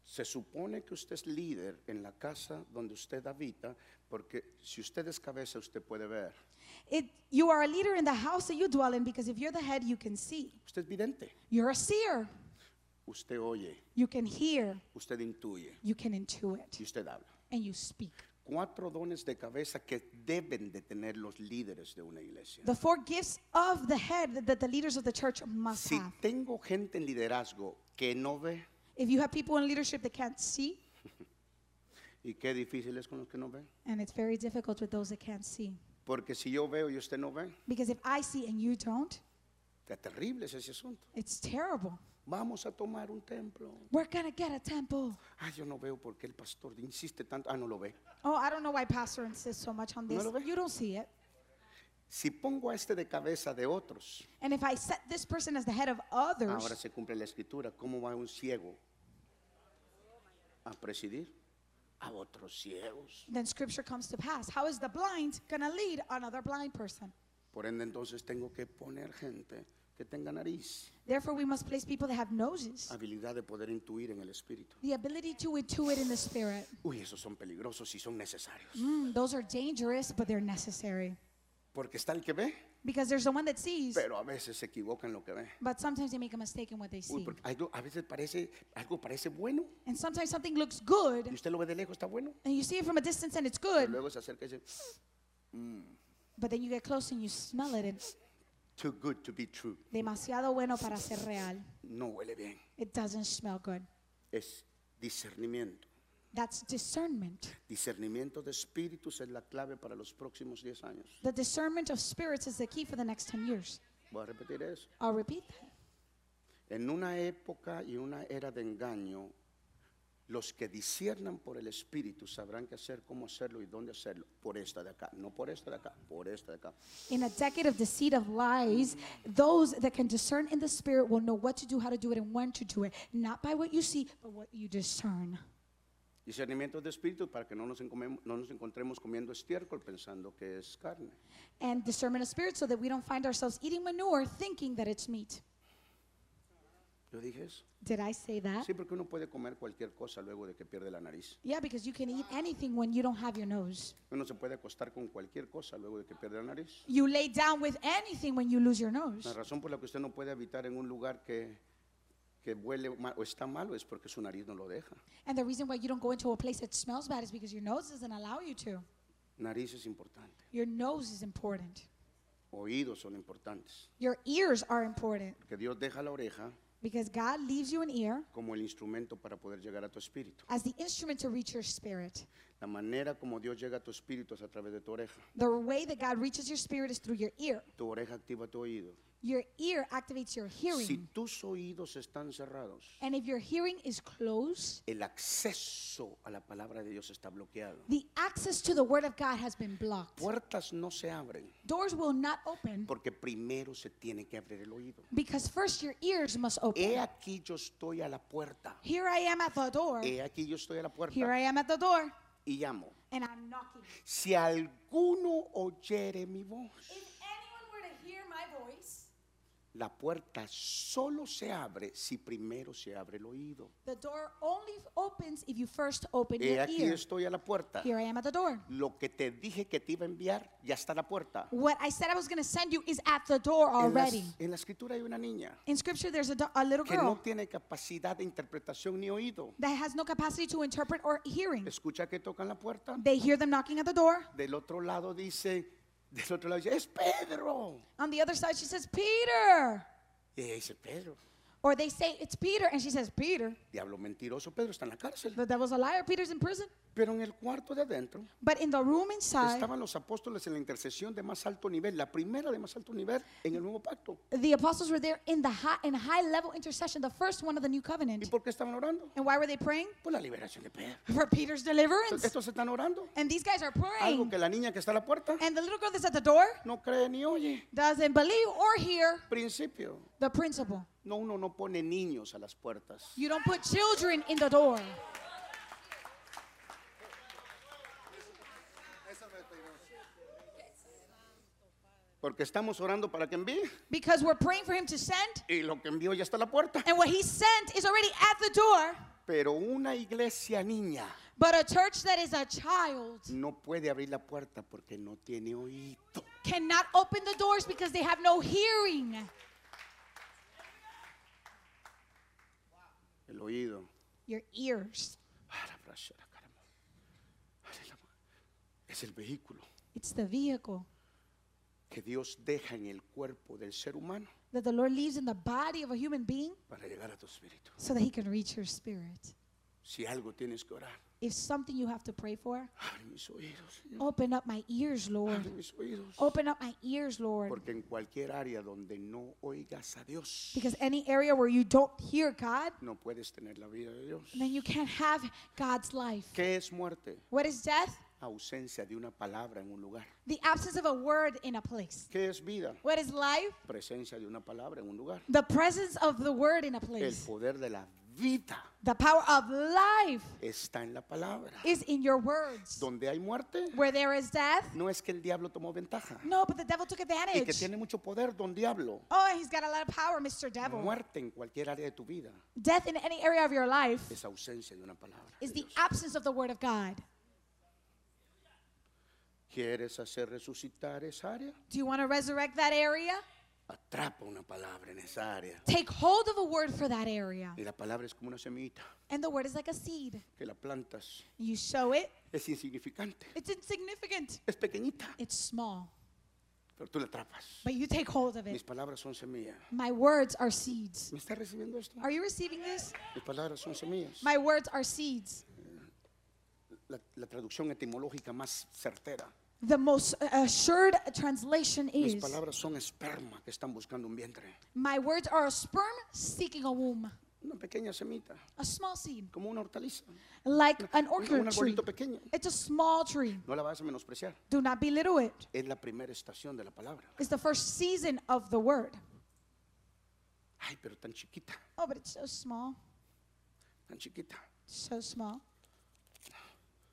Se supone que usted es líder en la casa donde usted habita, porque si usted es cabeza, usted puede ver. It, you are a leader in the house that you dwell in because if you're the head, you can see. Usted es vidente, You're a seer. usted oye, You can hear. usted intuye You can intuit. y usted habla. And you speak. Cuatro dones de cabeza que deben de tener los líderes de una iglesia. The four gifts of the head that- that the leaders of the church must Si have. tengo gente en liderazgo que no ve, If you have people in leadership that can't see, y qué difícil es con los que no ven, and it's very difficult with those that can't see. porque si yo veo y usted no ve, Because if I see and you don't, está terrible es ese asunto. it's terrible. Vamos a tomar un templo. We're going to get a temple. Ah, yo no veo por qué el pastor insiste tanto. Ah, no lo ve. Oh, I don't know why Pastor insists so much on No this. lo ve. You don't see it. Si pongo a este de cabeza de otros, And if I set this person as the head of others, ahora se cumple la escritura. ¿Cómo va un ciego a presidir a otros ciegos? then scripture comes to pass. How is the blind going to lead another blind person? Por ende, entonces tengo que poner gente que tenga nariz, Therefore, we must place people that have noses, habilidad de poder intuir en el espíritu. the ability to intuit in the spirit. Uy, esos son peligrosos y son necesarios. Mm, those are dangerous, but they're necessary. Porque está el que ve, Because there's the one that sees, pero a veces se equivoca en lo que ve. but sometimes they make a mistake in what they Uy, see. porque algo- a veces parece, algo parece bueno And sometimes something looks y good, usted lo ve de lejos, está bueno. and you see it from a distance and it's Pero good, luego se acerca y dice, but then you get close and you smell it, and too good to be true. demasiado bueno para ser real. No huele bien. It doesn't smell good. Es discernimiento. That's discernment. Discernimiento de espíritus es la clave para los próximos 10 años. The discernment of spirits is the key for the next 10 years. Voy a repetir eso. I'll repeat that. En una época y una era de engaño, los que disciernan por el espíritu sabrán qué hacer, cómo hacerlo y dónde hacerlo. Por esta de acá, no por esta de acá, por esta de acá. In a decade of deceit of lies, those that can discern in the spirit will know what to do, how to do it, and when to do it. Not by what you see, but what you discern. Discernimiento de espíritus para que no nos, encomem- no nos encontremos comiendo estiércol pensando que es carne. And discernment of spirit so that we don't find ourselves eating manure thinking that it's meat. Yo dije eso. Did I say that? Sí, porque uno puede comer cualquier cosa luego de que pierde la nariz. Yeah, because you can eat anything when you don't have your nose. Uno se puede acostar con cualquier cosa luego de que pierde la nariz. You lay down with anything when you lose your La nose. razón por la que usted no puede habitar en un lugar que, que huele ma- o está malo es porque su nariz no lo deja. And the reason why you don't go into a place that smells bad is because your nose doesn't allow you to. Nariz es importante, Your nose is important. oídos son importantes, Your ears are important porque Dios deja la oreja because God leaves you an ear como el instrumento para poder llegar a tu espíritu. as the instrument to reach your spirit. La manera como Dios llega a tu espíritu es a través de tu oreja. The way that God reaches your spirit is through your ear. Tu oreja activa tu oído. Your ear activates your hearing. Si tus oídos están cerrados, And if your hearing is closed, el acceso a la palabra de Dios está bloqueado. the access to the word of God has been blocked. Puertas no se abren Doors will not open porque primero se tiene que abrir el oído. because first your ears must He open. aquí yo estoy a la puerta. Here I am at the door. He aquí yo estoy a la Here puerta I am at the door. y llamo. And I'm knocking. Si alguno oyere mi voz, If anyone were to hear my voice, la puerta solo se abre si primero se abre el oído. the door only opens if you first open He your Eh, aquí ear. estoy a la puerta. Here I am at the door. Lo que te dije que te iba a enviar ya está a la puerta. What I said I was going to send you is at the door En la, already. Oh. en la escritura hay una niña In scripture, there's a, do- a little que no girl tiene capacidad de interpretación ni oído. that has no capacity to interpret or hearing. Escucha que tocan la puerta. They hear them knocking at the door. Del otro lado dice, del otro lado dice, es Pedro. On the other side, she says, Peter. Y ella dice, Pedro, Or they say, It's Peter. And she says, Peter. diablo mentiroso, Pedro está en la cárcel. The devil's a liar. Peter's in prison. Pero en el cuarto de adentro But in the room inside, estaban los apóstoles en la intercesión de más alto nivel, la primera de más alto nivel en el nuevo pacto. the apostles were there in the high, in high level intercession, the first one of the new ¿Y covenant. por qué estaban orando? And why were they praying? Por la liberación de Pedro. For Peter's Entonces, deliverance. Estos están orando. And these guys are Algo praying. que la niña que está a la puerta And the little girl that's at the door no cree ni oye. doesn't believe or hear Principio. the principle. No, uno no pone niños a las puertas. You don't put children in the door. Porque estamos orando para que envíe. Because we're praying for him to send, Y lo que envió ya está a la puerta. and what he sent is already at the door. Pero una iglesia niña But a church that is a child no puede abrir la puerta porque no tiene oído. cannot open the doors because they have no hearing. El oído. Your ears, Es el vehículo it's the vehicle que Dios deja en el cuerpo del ser humano that the Lord leaves in the body of a human being para llegar a tu espíritu. so that he can reach your spirit. Si algo tienes que orar, If something you have to pray for, abre mis oídos. open up my ears, Abre Lord. mis oídos. Open up my ears, Lord. Porque en cualquier área donde no oigas a Dios, Because any area where you don't hear God, no puedes tener la vida de Dios. then you can't have God's life. ¿Qué es muerte? What is death? Ausencia de una palabra en un lugar. The absence of a word in a place. ¿Qué es vida? What is life? Presencia de una palabra en un lugar. The presence of the word in a El place. poder de la vida The power of life está en la palabra. is in your words. Donde hay muerte, Where there is death, no es que el diablo tomó ventaja. no, but the devil took Y que advantage. tiene mucho poder, don diablo. Oh, he's got a lot of power, Mr. Devil. Muerte en cualquier área de tu vida Death in any area of your life es ausencia de una palabra. is the absence of the word of God. ¿Quieres hacer resucitar esa área? Do you want to resurrect that area? Atrapa una palabra en esa área. Take hold of a word for that area. Y la palabra es como una semillita And the word is like a seed. que la plantas. You sow it, Es insignificante, it's insignificant, es pequeñita, it's small, pero tú la atrapas. but you take hold of Mis it. palabras son semillas. My words are seeds. ¿Me está recibiendo esto? Are you receiving this? Mis palabras son semillas. My words are seeds. La, la traducción etimológica más certera. The most assured translation Mis is palabras son esperma que están buscando un vientre. My words are a sperm seeking a womb, Una pequeña semita, a small seed, como una hortaliza. like an Un, un orchid tree. arbolito pequeño. It's a small tree. No la vas a menospreciar. Do not belittle it. Es la primera estación de la palabra. It's the first season of the word. Ay, pero tan chiquita, Oh, but it's so small, tan chiquita, so small,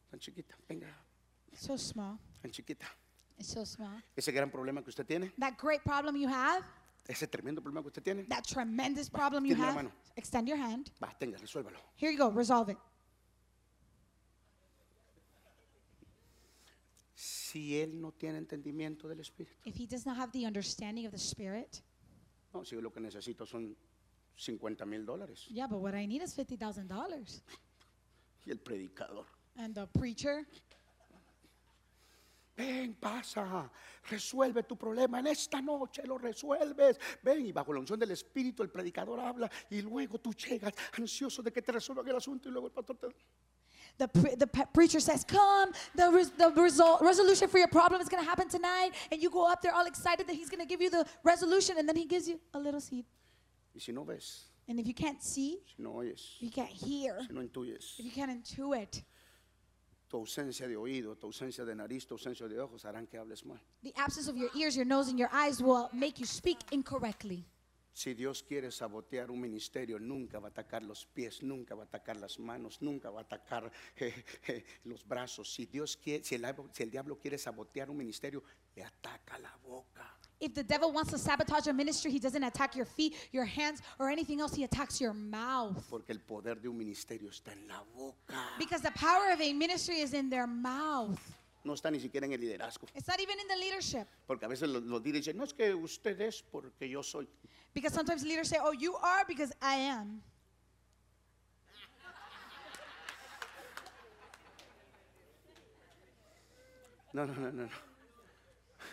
tan chiquita. Venga, so small, tan chiquita. it's so small. Ese gran problema que usted tiene, That great problem you have, ese tremendo problema que usted tiene, that tremendous problem you tiene la have, mano. extend your hand. va, tenga, resuélvalo. Here you go, resolve it. Si él no tiene entendimiento del Espíritu, If he does not have the understanding of the Spirit, no, si yo lo que necesito son 50 mil dólares. yeah, but what I need is $50,000. Y el predicador, And the preacher, ven, pasa, resuelve tu problema en esta noche, lo resuelves. Ven, y bajo la unción del Espíritu, el predicador habla, y luego tú llegas ansioso de que te resuelvan el asunto, y luego el pastor te. the, pre- the pe- preacher says, Come, the, res- the resol- resolution for your problem is going to happen tonight. And you go up there all excited that he's going to give you the resolution. And then he gives you a little seed. Y si no ves, And if you can't see, si no oyes, you can't hear, si no intuyes, if you can't intuit, tu ausencia de oído, tu ausencia de nariz, tu ausencia de ojos harán que hables mal. the absence of your ears, your nose, and your eyes will make you speak incorrectly. Si Dios quiere sabotear un ministerio, nunca va a atacar los pies, nunca va a atacar las manos, nunca va a atacar eh, eh, los brazos. Si Dios quiere, si el, diablo- si el diablo quiere sabotear un ministerio, le ataca la boca. If the devil wants to sabotage a ministry, he doesn't attack your feet, your hands, or anything else. He attacks your mouth. Porque el poder de un ministerio está en la boca. Because the power of a ministry is in their mouth. No está ni siquiera en el liderazgo. It's not even in the leadership. Porque a veces los, los líderes dicen, no es que usted es porque yo soy. Because sometimes leaders say, Oh, you are because I am. No, no, no, no. no.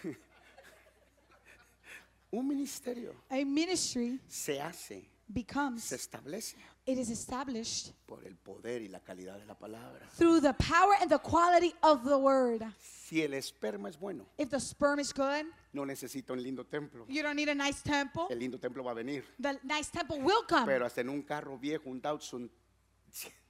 un ministerio A ministry se hace, becomes, se establece it is established por el poder y la calidad de la palabra. through the power and the quality of the word. Si el esperma es bueno, If the sperm is good, no necesita un lindo templo. you don't need a nice temple. El lindo templo va a venir. The nice temple will come. Pero hasta en un carro viejo, un Datsun,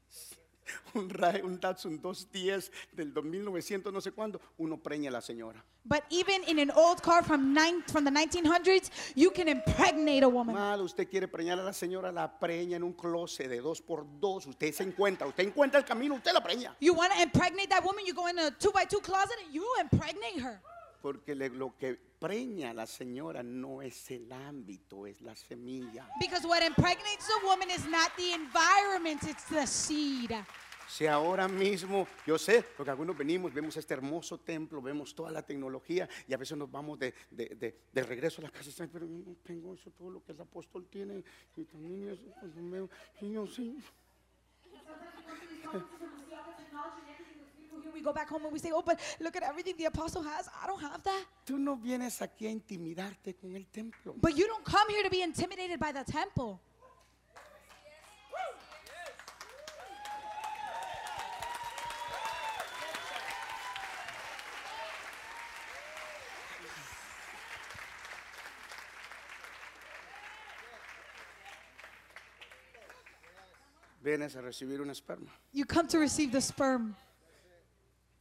un, Ra- un Datsun 210 del 2900, no sé cuándo, uno preña a la señora. But even in an old car from, nine, from the 1900s, you can impregnate a woman. Mal, usted quiere preñar a la señora, la preña en un closet de dos por dos. Usted se encuentra, usted encuentra el camino, usted la preña. You want to impregnate that woman, you go in a two by two closet and you impregnate her. Porque le- lo que preña a la señora no es el ámbito, es la semilla. Because what impregnates a woman is not the environment, it's the seed. Si ahora mismo, yo sé, porque algunos venimos, vemos este hermoso templo, vemos toda la tecnología y a veces nos vamos de, de- de- de regreso a la casa y dicen, pero yo no tengo eso, todo lo que el apóstol tiene. Y también eso, pues, no veo". Y yo sí. Here we go back home and we say, oh, but look at everything the apostle has. I don't have that. Tú no vienes aquí a intimidarte con el templo. But you don't come here to be intimidated by the temple. Vienes a recibir una esperma. You come to receive the sperm.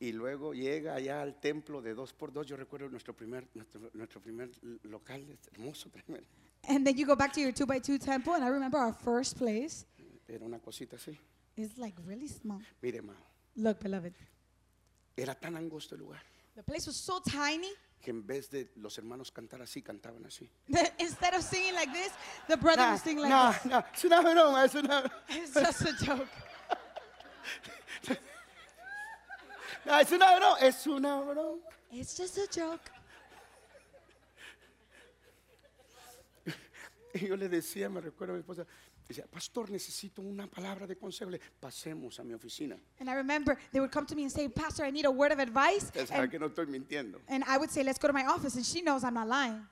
Y luego llega allá al templo de dos por dos. Yo recuerdo nuestro primer, nuestro, nuestro primer local, este hermoso, tremendo. And then you go back to your two by two temple. And I remember our first place Era una cosita así. is like really small. Mire, hermano, Look, beloved, era tan angosto el lugar the place was so tiny que en vez de los hermanos cantar así, cantaban así. that instead of singing like this, the brother No, was singing like no, no, es una broma, es una, this. It's just a joke. no, es una broma, es una broma. It's just a joke. Y yo le decía, me recuerdo a mi esposa, decía, pastor, necesito una palabra de consejo. Le, pasemos a mi oficina. And I remember they would come to me and say, Pastor, I need a word of advice. Ya sabe And, que no estoy mintiendo. and I would say, Let's go to my office. And she knows I'm not lying.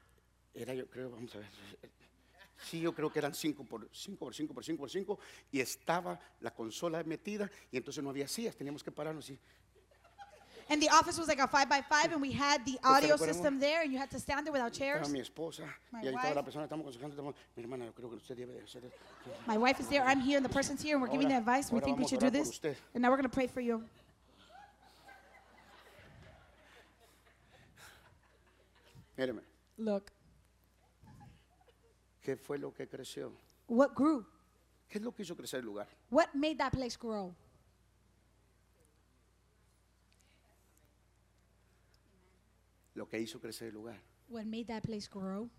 Era, yo creo, vamos a ver. Sí, yo creo que eran 5 por 5 por 5 por 5 por 5 y estaba la consola metida y entonces no había sillas, teníamos que pararnos y And the office was like a five by five, and we had the audio ponemos- system there, and you had to stand there without estaba chairs. mi esposa My y ahí estaba la wife. persona, estamos aconsejando, estamos, mi hermana, yo creo que usted debe de hacer esto". My wife is there, I'm here, and the person's here, and we're giving the Ahora- advice. We ahora think we vamos a should do orar por this. usted. And now we're going to pray for you. Míreme, Look, ¿qué fue lo que creció? what grew? ¿Qué es lo que hizo crecer el lugar? What made that place grow? Lo que hizo crecer el lugar. What made that place grow?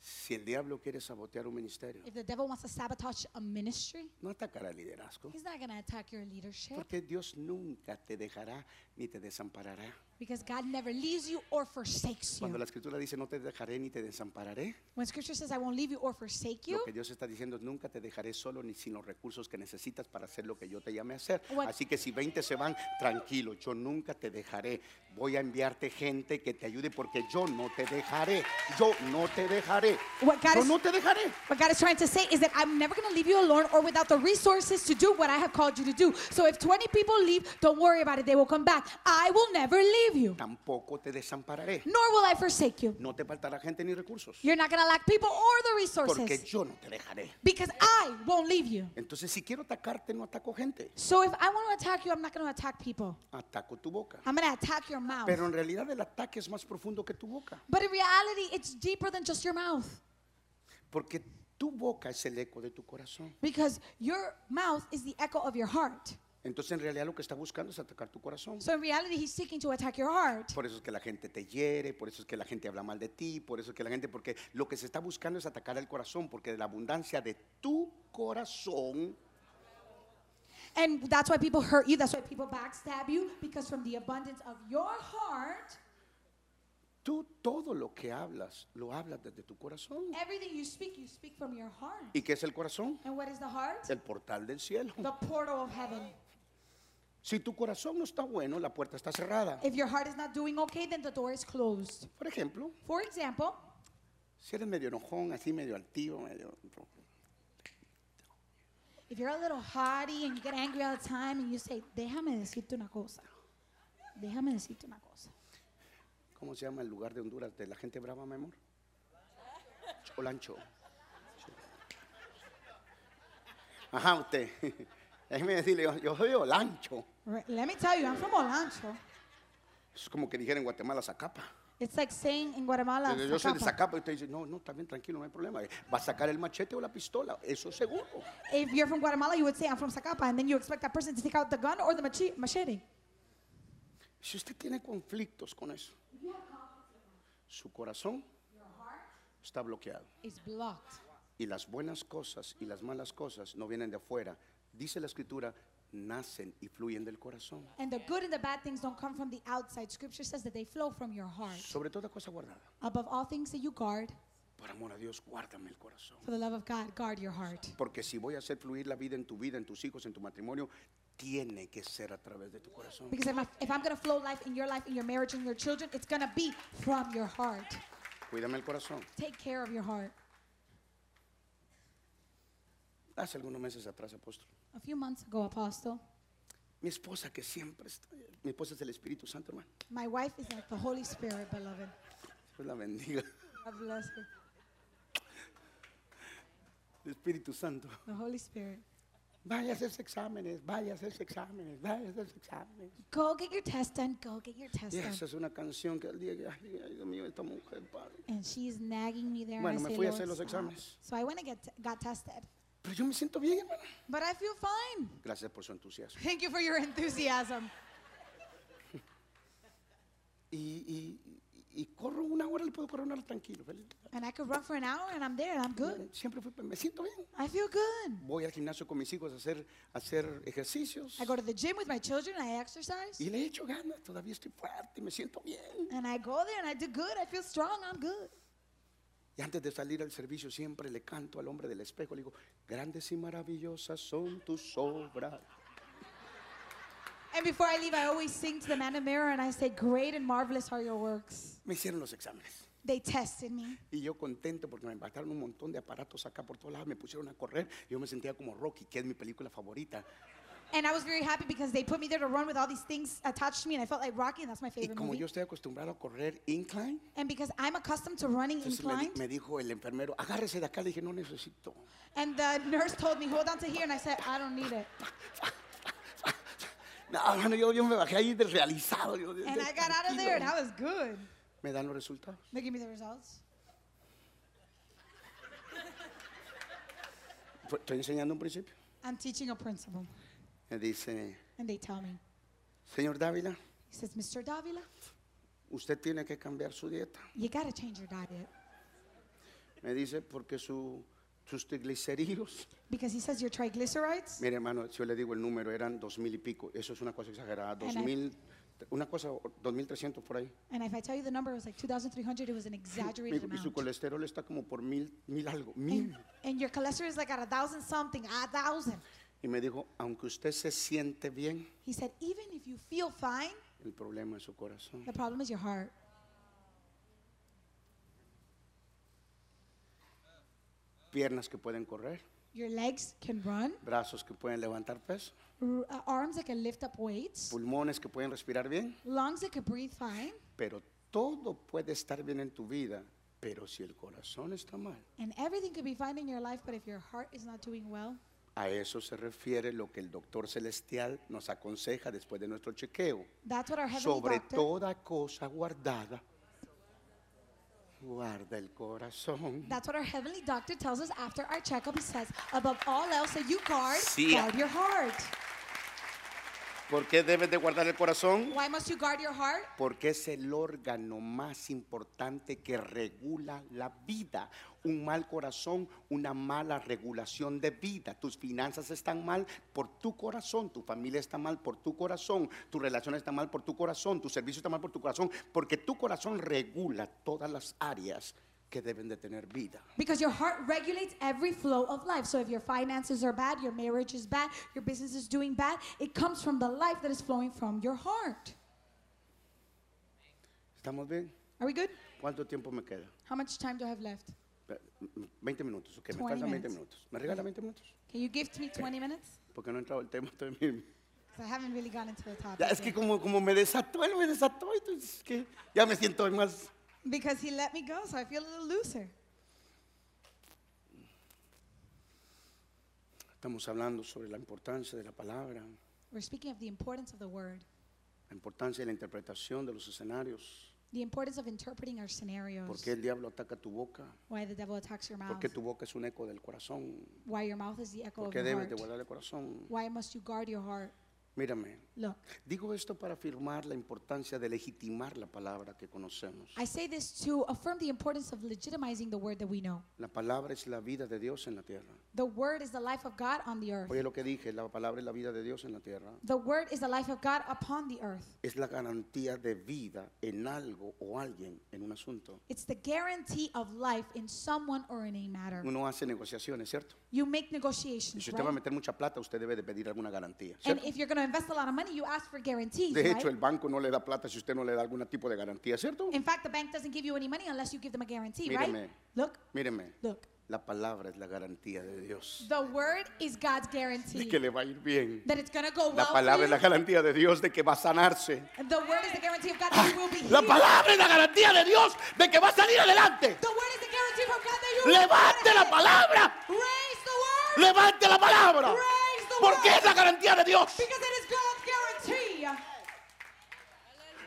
Si el diablo quiere sabotear un ministerio, If the devil wants to sabotage a ministry, no atacará el liderazgo, he's not going to attack your leadership porque Dios nunca te dejará ni te desamparará. because God never leaves you or forsakes Cuando you. la escritura dice no te dejaré ni te desampararé, When scripture says, I won't leave you or forsake you, Lo que Dios está diciendo es nunca te dejaré solo ni sin los recursos que necesitas para hacer lo que yo te llame a hacer. What- Así que si 20 se van, tranquilo, yo nunca te dejaré. Voy a enviarte gente que te ayude porque yo no te dejaré. Yo no te dejaré. What God yo is- no te dejaré. What God is trying to say is that I'm never going to leave you alone or without the resources to do what I have called you to do. So if 20 people leave, don't worry about it. They will come back. I will never leave you, Tampoco te desampararé. nor will I forsake you. No te faltará gente ni recursos. You're not going to lack people or the Porque resources yo no te dejaré. because I won't leave you. Entonces, si quiero atacarte, no ataco gente. So if I want to attack you, I'm not going to attack people. Ataco tu boca. I'm going to attack your mouth. Pero en realidad el ataque es más profundo que tu boca. But in reality, it's deeper than just your mouth Porque tu boca es el eco de tu corazón. because your mouth is the echo of your heart. Entonces en realidad lo que está buscando es atacar tu corazón. So in reality, he's seeking to attack your heart. Por eso es que la gente te hiere, por eso es que la gente habla mal de ti, por eso es que la gente, porque lo que se está buscando es atacar el corazón, porque de la abundancia de tu corazón, And that's why people hurt you. That's why people backstab you. Because from the abundance of your heart, tú todo lo que hablas, lo hablas desde tu corazón. everything you speak, you speak from your heart. ¿Y qué es el corazón? And what is the heart? El portal del cielo. The portal of heaven. Si tu corazón no está bueno, la puerta está cerrada. If your heart is not doing okay, then the door is closed. Por ejemplo, For example, si eres medio enojón, así medio altivo, medio... if you're a little haughty and you get angry all the time and you say, Déjame decirte una cosa. Déjame decirte una cosa. ¿Cómo se llama el lugar de Honduras de la gente brava, mi amor? Cholancho. Ajá, usted. Déjeme decirle, yo, yo soy Olancho. Right, Let me tell you, I'm from Olancho. Es como que dijera en Guatemala, Zacapa. It's like saying in Guatemala, Yo soy de Zacapa "Zacapa." y usted dice, no, no, está bien, tranquilo, no hay problema. Va a sacar el machete o la pistola, eso seguro. if you're from Guatemala, you would say, I'm from Zacapa. And then you expect that person to take out the gun or the machi- machete. Si usted tiene conflictos con eso, su corazón está bloqueado. is blocked. Y las buenas cosas y las malas cosas no vienen de afuera. Dice la escritura, nacen y fluyen del corazón. And the good and the bad things don't come from the outside. Scripture says that they flow from your heart. Sobre toda cosa guardada. Above all things that you guard, Por amor a Dios, guárdame el corazón. for the love of God, guard your heart. Porque si voy a hacer fluir la vida en tu vida, en tus hijos, en tu matrimonio, tiene que ser a través de tu corazón. Because if, I, if I'm going to flow life in your life, in your marriage, in your children, it's going to be from your heart. Cuídame el corazón. Take care of your heart. Hace algunos meses atrás, apóstol. A few months ago, Apostle, Mi esposa que siempre está... Mi esposa es el Espíritu Santo, hermano. my wife is like the Holy Spirit, beloved. Dios la bendiga. God bless her. El Espíritu Santo. The Holy Spirit. Vaya a hacerse exámenes, vaya a hacerse exámenes, vaya a hacerse exámenes. Go get your test done. Go get your test Y done. esa es una canción que al día que, ay, ay, Dios mío, esta mujer, padre. And she's nagging me there. and I Bueno, me say, fui a "Lord, hacer los stop." exámenes. So I went and get t- got tested. Pero yo me siento bien, hermano. But I feel fine. Gracias por su entusiasmo. Thank you for your enthusiasm. Y, y- y- y corro una hora, le puedo correr una hora tranquilo. feliz. And I could run for an hour and I'm there and I'm good. Siempre fui- me siento bien. I feel good. Voy al gimnasio con mis hijos a hacer, a hacer ejercicios. I go to the gym with my children, I exercise. Y le echo ganas, todavía estoy fuerte, me siento bien. And I go there and I do good. I feel strong. I'm good. Y antes de salir al servicio siempre le canto al hombre del espejo, le digo, grandes y maravillosas son tus obras. And before I leave, I always sing to the man in the mirror and I say, Great and marvelous are your works. Me hicieron los exámenes. They tested me. Y yo contento porque me embarcaron un montón de aparatos acá por todos lados, me pusieron a correr. Yo me sentía como Rocky, que es mi película favorita. And I was very happy because they put me there to run with all these things attached to me and I felt like Rocky and that's my Y favorite como movie. yo estoy acostumbrado a correr incline, And because I'm accustomed to running entonces me, di- inclined, me dijo el enfermero, agárrese de acá. Le dije, no necesito. and the nurse told me, hold on to here, and I said, I don't need it. No, hermano, yo, yo me bajé ahí desrealizado. yo- And I got out of there, and tranquilo. I was good. Me dan los resultados. They give me the results. Fue- Estoy enseñando un principio. I'm teaching a principle, Me dice, and they tell me, señor Dávila, he says, Mr. Davila, usted tiene que cambiar su dieta. you gotta change your diet. Me dice, porque su, sus triglicéridos. Because he says your triglycerides, Mire, hermano, si yo le digo el número, eran dos mil y pico. Eso es una cosa exagerada. Dos And I- mil, una cosa, o- dos mil trescientos por ahí. and if I tell you the number, it was like 2,300, it was an Me exaggerated dijo, y su amount. colesterol está como por mil, mil algo, And, mil. and your cholesterol is like at a thousand something, a thousand. Y me dijo, aunque usted se siente bien, He said, even if you feel fine, el problema es su corazón. the problem is your heart. Piernas que pueden correr, Your legs can run, brazos que pueden levantar peso, r- uh, arms that can lift up weights, pulmones que pueden respirar bien. lungs that can breathe fine, Pero todo puede estar bien en tu vida, pero si el corazón está mal, and everything could be fine in your life, but if your heart is not doing well, a eso se refiere lo que el doctor celestial nos aconseja después de nuestro chequeo. that's what our heavenly Sobre doctor. toda cosa guardada, guarda el corazón. That's what our heavenly doctor tells us after our checkup. He says, above all else that you guard, Sí. guard your heart. ¿Por qué debes de guardar el corazón? Why must you guard your heart? Porque es el órgano más importante que regula la vida. Un mal corazón, una mala regulación de vida. Tus finanzas están mal por tu corazón, tu familia está mal por tu corazón, tu relación está mal por tu corazón, tu servicio está mal por tu corazón, porque tu corazón regula todas las áreas que deben de tener vida. Because your heart regulates every flow of life. So if your finances are bad, your marriage is bad, your business is doing bad, it comes from the life that is flowing from your heart. ¿Estamos bien? Are we good? ¿Cuánto tiempo me queda? How much time do I have left? Pe- m- 20 minutos, ok, me 20 faltan 20 minutes. minutos. ¿Me regala 20 minutos? Can you give me 20 minutes? Porque no he entrado el tema todavía. Because I haven't really gotten into the topic. Ya, es yet. que como, como me desató, él me desató, entonces es que ya me siento más. Because he let me go, so I feel a little looser. Estamos hablando sobre la importancia de la palabra, la We're speaking of the importance of the word, importancia de la interpretación de los escenarios. the importance of interpreting our scenarios. ¿Por qué el diablo ataca tu boca? why the devil attacks your ¿Por mouth, qué tu boca es un eco del corazón? why your mouth is the echo ¿Por of qué your debes heart, de guardar el corazón? why must you guard your heart? Mírame, Look, digo esto para afirmar la importancia de legitimar la palabra que conocemos. I say this to affirm the importance of legitimizing the word that we know. La palabra es la vida de Dios en la tierra. The word is the life of God on the earth. Oye lo que dije, la palabra es la vida de Dios en la tierra. The word is the life of God upon the earth. Es la garantía de vida en algo o alguien, en un asunto. It's the guarantee of life in someone or in a matter. Uno hace negociaciones, ¿cierto? You make Y si negotiations, usted va a right? meter mucha plata, usted debe de pedir alguna garantía. And ¿cierto? if you're going to invest a lot of money, you ask for guarantees, De hecho, right? Em el banco no le da plata si usted no le da algún tipo de garantía, ¿cierto? In fact, the bank doesn't give you any money unless you give them a guarantee, right? Mírame. Look, Míreme, look. la palabra es la garantía de Dios. The word is God's De guarantee que le va a ir bien. that it's going to go well. La for palabra you. es la garantía de Dios de que va a sanarse. The word is the guarantee of God that you will be Ah, La healed. palabra es la garantía de Dios de que va a salir adelante. The word is the guarantee from God that you will Levante la be healed. palabra. Raise the word Levante la palabra. Praise the Porque Lord. es la garantía de Dios. because it is God's guarantee.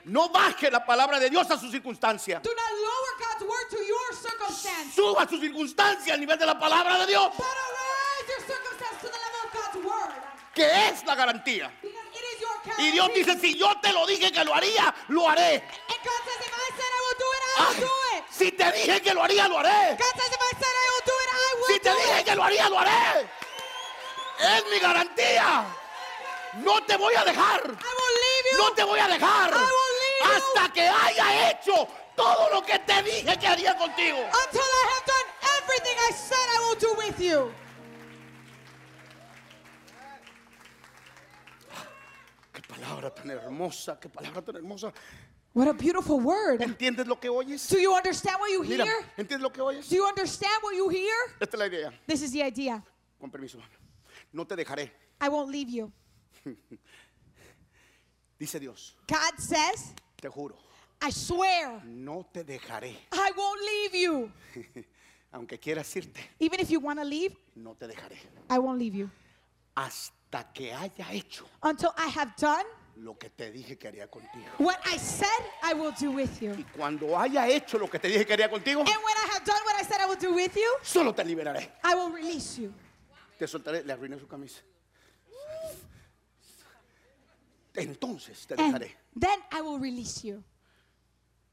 No baje la palabra de Dios a su circunstancia. Do not lower God's word to your circumstance, Suba su circunstancia al nivel de la palabra de Dios. but raise your circumstance to the level of God's word Que es la garantía. because it is your Y Dios guarantee. dice, si yo te lo dije que lo haría, lo haré. And God says, if I said I will do it, I Ah, will do it. Si te dije que lo haría, lo haré. God says, if I said I will do it, I will Si te do dije it. que lo haría, lo haré. Es mi garantía. No te voy a dejar. I will leave you. No te voy a dejar. I will leave you. Hasta que haya hecho todo lo que te dije que haría contigo. until I have done everything I said I will do with you. Qué palabra tan hermosa, qué palabra tan hermosa. What a beautiful word. ¿Entiendes lo que oyes? Do you understand what you Mira, hear? ¿entiendes lo que oyes? Do you understand what you hear? Esta es la idea. This is the idea. Con permiso. No te dejaré, I won't leave you. dice Dios. God says, Te juro, I swear, no te dejaré. I won't leave you. Aunque quieras irte, Even if you want to leave, no te dejaré. I won't leave you Hasta que haya hecho until I have done lo que te dije que haría contigo. what I said I will do with you. Y And cuando haya hecho lo que te dije que haría contigo, when I have done what I said I will do with you, solo te liberaré. I will release you. Te soltaré, le arruiné su camisa. Entonces te And dejaré. then I will release you.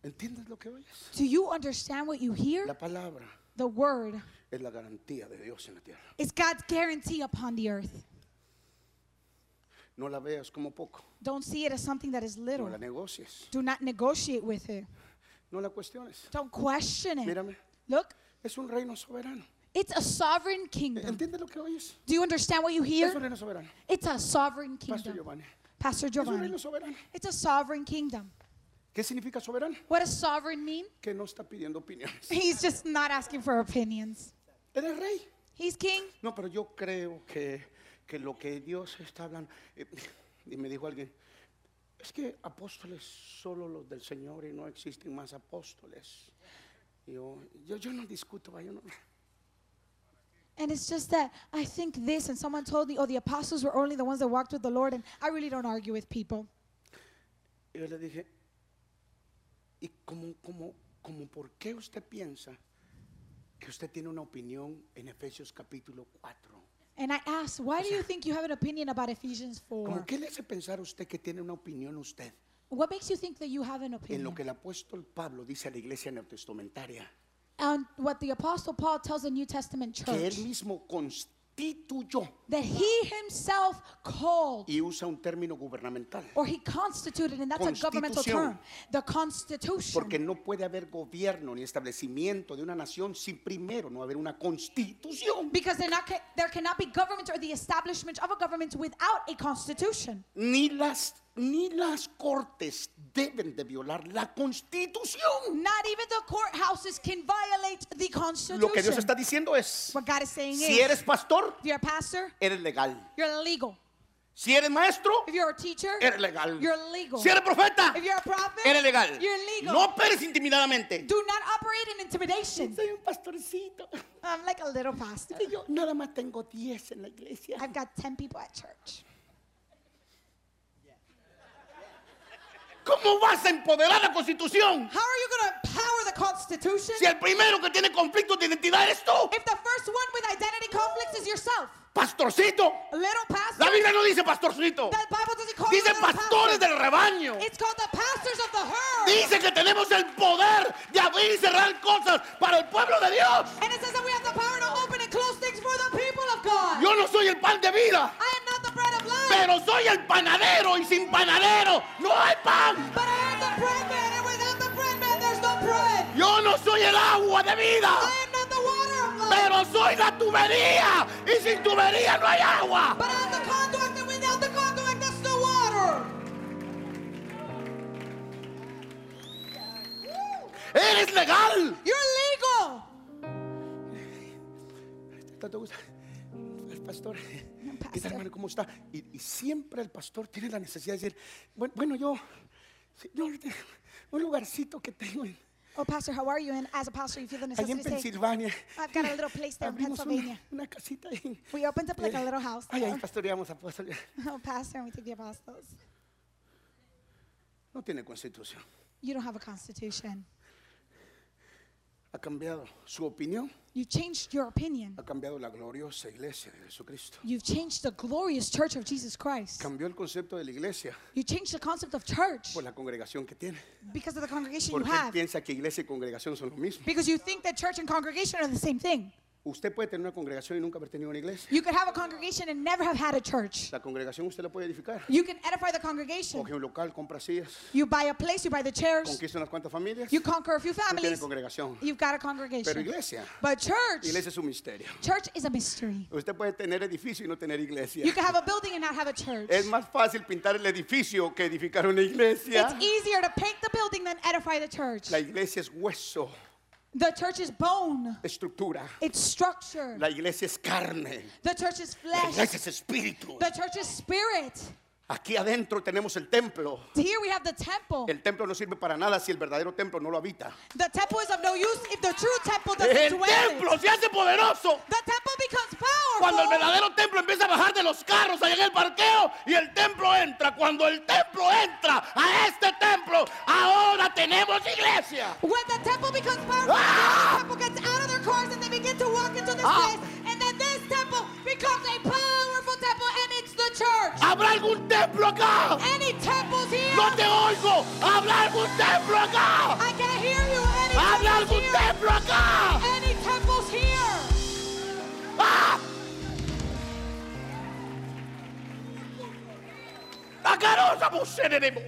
¿Entiendes lo que oyes? Do you understand what you hear? La palabra The word es la garantía de Dios en la tierra. is God's guarantee upon the earth. No la veas como poco, Don't see it as something that is no little. la negocies, Do not negotiate with it. no la cuestiones. Don't question it. Mírame, Look, es un reino soberano. it's a sovereign kingdom. ¿Entiendes lo que oyes? Do you understand what you Es un hear? reino soberano. It's a sovereign Pastor kingdom. Giovanni, Pastor es un Giovanni. reino soberano. It's a sovereign kingdom. ¿Qué significa soberano? What does sovereign mean? Que no está pidiendo opiniones. He's just not asking for opinions. Eres rey. He's king. No, pero yo creo que, que lo que Dios está hablando. eh, y me dijo alguien, es que apóstoles solo los del Señor y no existen más apóstoles. Y yo, yo, yo no discuto, va, yo no- And it's just that I think this, and someone told me, oh, the apostles were only the ones that walked with the Lord, and I really don't argue with people. Y yo le dije, ¿y cómo, cómo, cómo por qué usted piensa que usted tiene una opinión en Efesios capítulo 4? And I asked, why do you think you have an opinion about Ephesians ¿Cómo 4? qué le hace pensar a usted que tiene una opinión usted What makes you think that you have en an opinion? lo que el apóstol Pablo dice a la iglesia neotestamentaria? And what the apostle Paul tells the New Testament que church, él mismo constituyó that he himself called, y usa un término gubernamental. or he constituted, and that's a governmental Constitución. term, the Constitution. Porque no puede haber gobierno ni establecimiento de una nación sin primero no haber una constitución. Because there, not, there cannot be government or the establishment of a government without a constitution. Ni las, ni las cortes deben de violar la constitución. Not even the courthouses can violate the constitution. Lo que Dios está diciendo es, what God is saying si is, eres pastor, if you're a pastor, eres legal. you're legal. Si eres maestro, If you're a teacher, eres legal. you're legal. Si eres profeta, if you're a prophet, eres legal. you're legal. No operes intimidadamente. Do not operate in intimidation. Soy un pastorcito. I'm like a little pastor. Y yo nada más tengo 10 en la iglesia. I've got 10 people at church. ¿Cómo vas a empoderar la constitución? How are you going to empower the constitution Si el primero que tiene conflicto de identidad eres tú, if the first one with identity conflicts is yourself? pastorcito. A little pastor? La Biblia no dice pastorcito. The Bible doesn't call Dice you little pastores pastor. del rebaño. It's called the pastors of the herd. Dice que tenemos el poder de abrir y cerrar cosas para el pueblo de Dios. and it says that we have the power to open and close things for the people of God. Yo no soy el pan de vida, I am not the bread of life, pero soy el panadero y sin panadero no hay pan. but I am the bread man, and without the bread man, there's no bread. Yo no soy el agua de vida, I am not the water of life, pero soy la tubería y sin tubería no hay agua. but I am the conduit, and without the conduit, there's no water. Eres legal. You're legal. ¿Te gusta? El pastor. ¿Qué pastor. tal, hermano? ¿Cómo está? Y, y siempre el pastor tiene la necesidad de decir, bueno, bueno, yo, sí, yo, ahorita, un lugarcito que tengo en- Oh, pastor, how are you? And as a pastor, you feel the allá en necessity to say, Pensilvania. I've got a little place there in Abrimos Pennsylvania. Pues, una, una casita ahí. We opened up like a Eh, little house. Ay, ahí pastoreamos apóstol. Oh, pastor, and we take the apostles. No tiene constitución. You don't have a constitution. Ha cambiado su opinión, You changed your opinion. ha cambiado la gloriosa iglesia de Jesucristo. You've changed the glorious church of Jesus Christ. Cambió el concepto de la iglesia You changed the concept of church por la congregación que tiene. because of the congregation you Porque él have. piensa que iglesia y congregación son lo mismo. Because you think that church and congregation are the same thing. Usted puede tener una congregación y nunca haber tenido una iglesia. You could have a congregation and never have had a church. La congregación usted la puede edificar. You can edify the congregation. Coge un local, compra sillas, You buy a place, you buy the chairs, conquista unas cuantas familias. you conquer a few No tiene families. congregación. You've got a Pero congregation. iglesia, But church, iglesia es un misterio. church is a mystery. Usted puede tener edificio y no tener iglesia. You can have a building and not have a church. Es más fácil pintar el edificio que edificar una iglesia. It's easier to paint the building than edify the church. La iglesia es hueso, The church is bone. estructura. It's structure. La iglesia es carne. The church is La flesh. iglesia es espíritu. The church is spirit. Aquí adentro tenemos el templo. Here we have the temple. El templo no sirve para nada si el verdadero templo no lo habita. The temple is of no use if the true temple El doesn't dwell in it. templo se hace poderoso The temple becomes cuando el powerful verdadero templo empieza a bajar de los carros allá en el parqueo y el templo entra. Cuando el templo entra a este templo, ahora tenemos iglesia. when the temple becomes powerful. Ah! The temple gets out of their cars and they begin to walk into this Ah! place. And then this temple becomes a powerful temple and it's the church. ¿Habrá algún templo acá? Any temples here? Ah! No te oigo. ¿Habrá algún templo acá? I can't hear you. Any ¿Habrá temples algún here? templo acá? Any temples here? ¡Ah! La carosa buscereremo.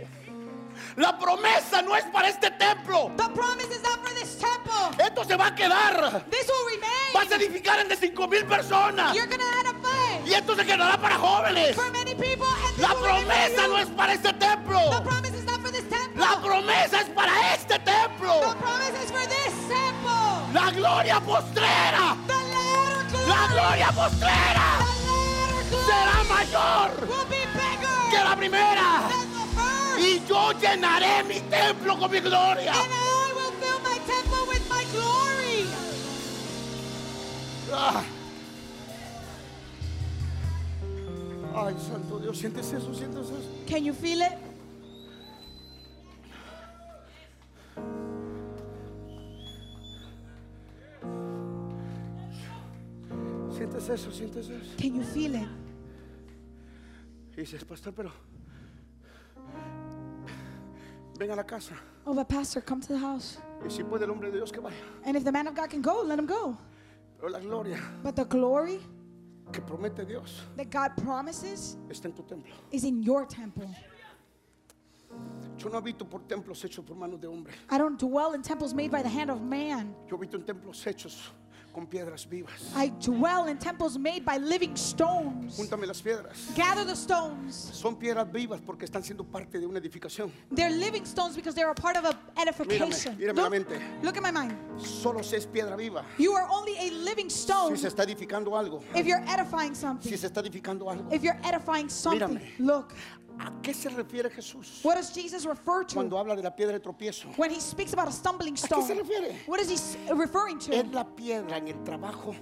La promesa no es para este templo. The promise is not for this temple. Esto se va a quedar. This will remain. Vas a edificar el de cinco mil personas. You're gonna edify Y esto se quedará para jóvenes. for many people. And this La will remain for promesa you. no es para este templo. The promise is not for this temple. La promesa es para este The templo. promise is for this temple. La gloria postrera. The latter glory. La gloria The postrera latter glory será mayor will be que bigger la primera. than the first. Y yo llenaré mi templo con mi gloria. And I will fill my temple with my glory. Ah. Ay, santo Dios, sientes eso, sientes eso. Can you feel it? Sientes eso, sientes eso. Can you feel it? Y dices, pastor, pero... Ven a la casa. Oh, but pastor, come to the house. Y si puede el hombre de Dios que vaya. And if the man of God can go, let him go. Pero la gloria But the glory que promete Dios that God promises está en tu templo. is in your temple. Yo no habito por templos hechos por manos de hombre. I don't dwell in temples made by the hand of man. Yo habito en templos hechos con piedras vivas. I dwell in temples made by living stones. Júntame las piedras. Gather the stones. Son piedras vivas porque están siendo parte de una edificación. They're living stones because they're a part of an edification. mírame la look, mente. look at my mind. Solo se es piedra viva. You are only a living stone Si se está edificando algo. if you're edifying something. Si se está edificando algo. If you're edifying something, Mírame. look. ¿A qué se refiere Jesús What does Jesus refer cuando to habla de la piedra de tropiezo? when he speaks about a stumbling ¿A qué se stone? refiere? What is he s- referring to? Es la piedra en el trabajo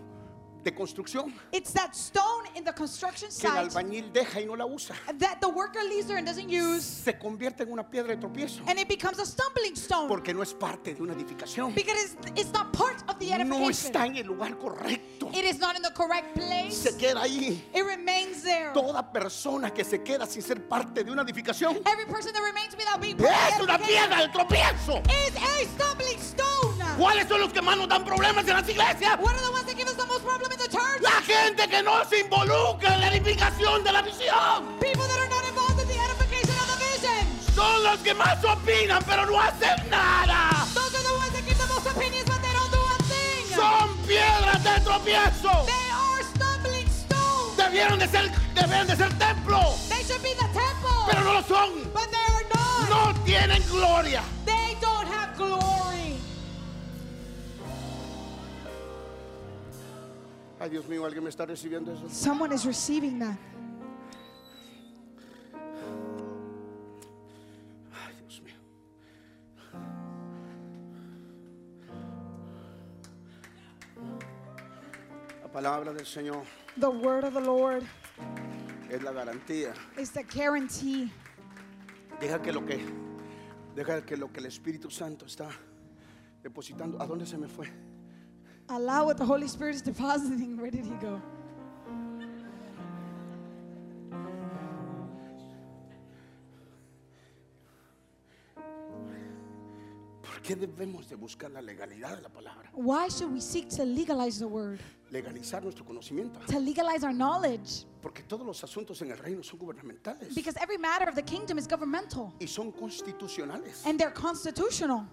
de construcción. It's that stone in the construction que el site albañil deja y no la usa. that the worker leaves there and doesn't use, Se convierte en una piedra de tropiezo and it becomes a stumbling stone porque no es parte de una edificación. because it's, it's not part of the No edification. está en el lugar correcto. It is not in the correct place. Se queda ahí. It remains there. Toda persona que se queda sin ser parte de una edificación Every person that remains without being part of es the una edification piedra de tropiezo. is a stumbling stone. ¿Cuáles son los que más nos dan problemas en las iglesias? What are the ones that give us the most problem in the church? La gente que no se involucra en la edificación de la visión. People that are not involved in the edification of the vision. Son los que más opinan, pero no hacen nada. Those are the ones that give the most opinions, but they don't do a thing. Son piedras de tropiezo. They are stumbling stones. Debieron de ser, deben de ser templo, They should be the temple, pero no lo son. but they are not. No tienen gloria. They don't have glory. Ay, Dios mío, ¿alguien me está recibiendo eso? Someone is receiving that. Ay, Dios mío. La palabra del Señor The word of the Lord es la garantía. is the guarantee. Deja que lo que deja que lo que el Espíritu Santo está depositando, ¿a dónde se me fue? Allow what the Holy Spirit is depositing. Where did he go? ¿Por qué debemos de buscar la legalidad de la palabra? Why should we seek to legalize the word? Legalizar nuestro conocimiento, To legalize our knowledge? porque todos los asuntos en el reino son gubernamentales Because every matter of the kingdom is governmental y son constitucionales. and they're constitutional.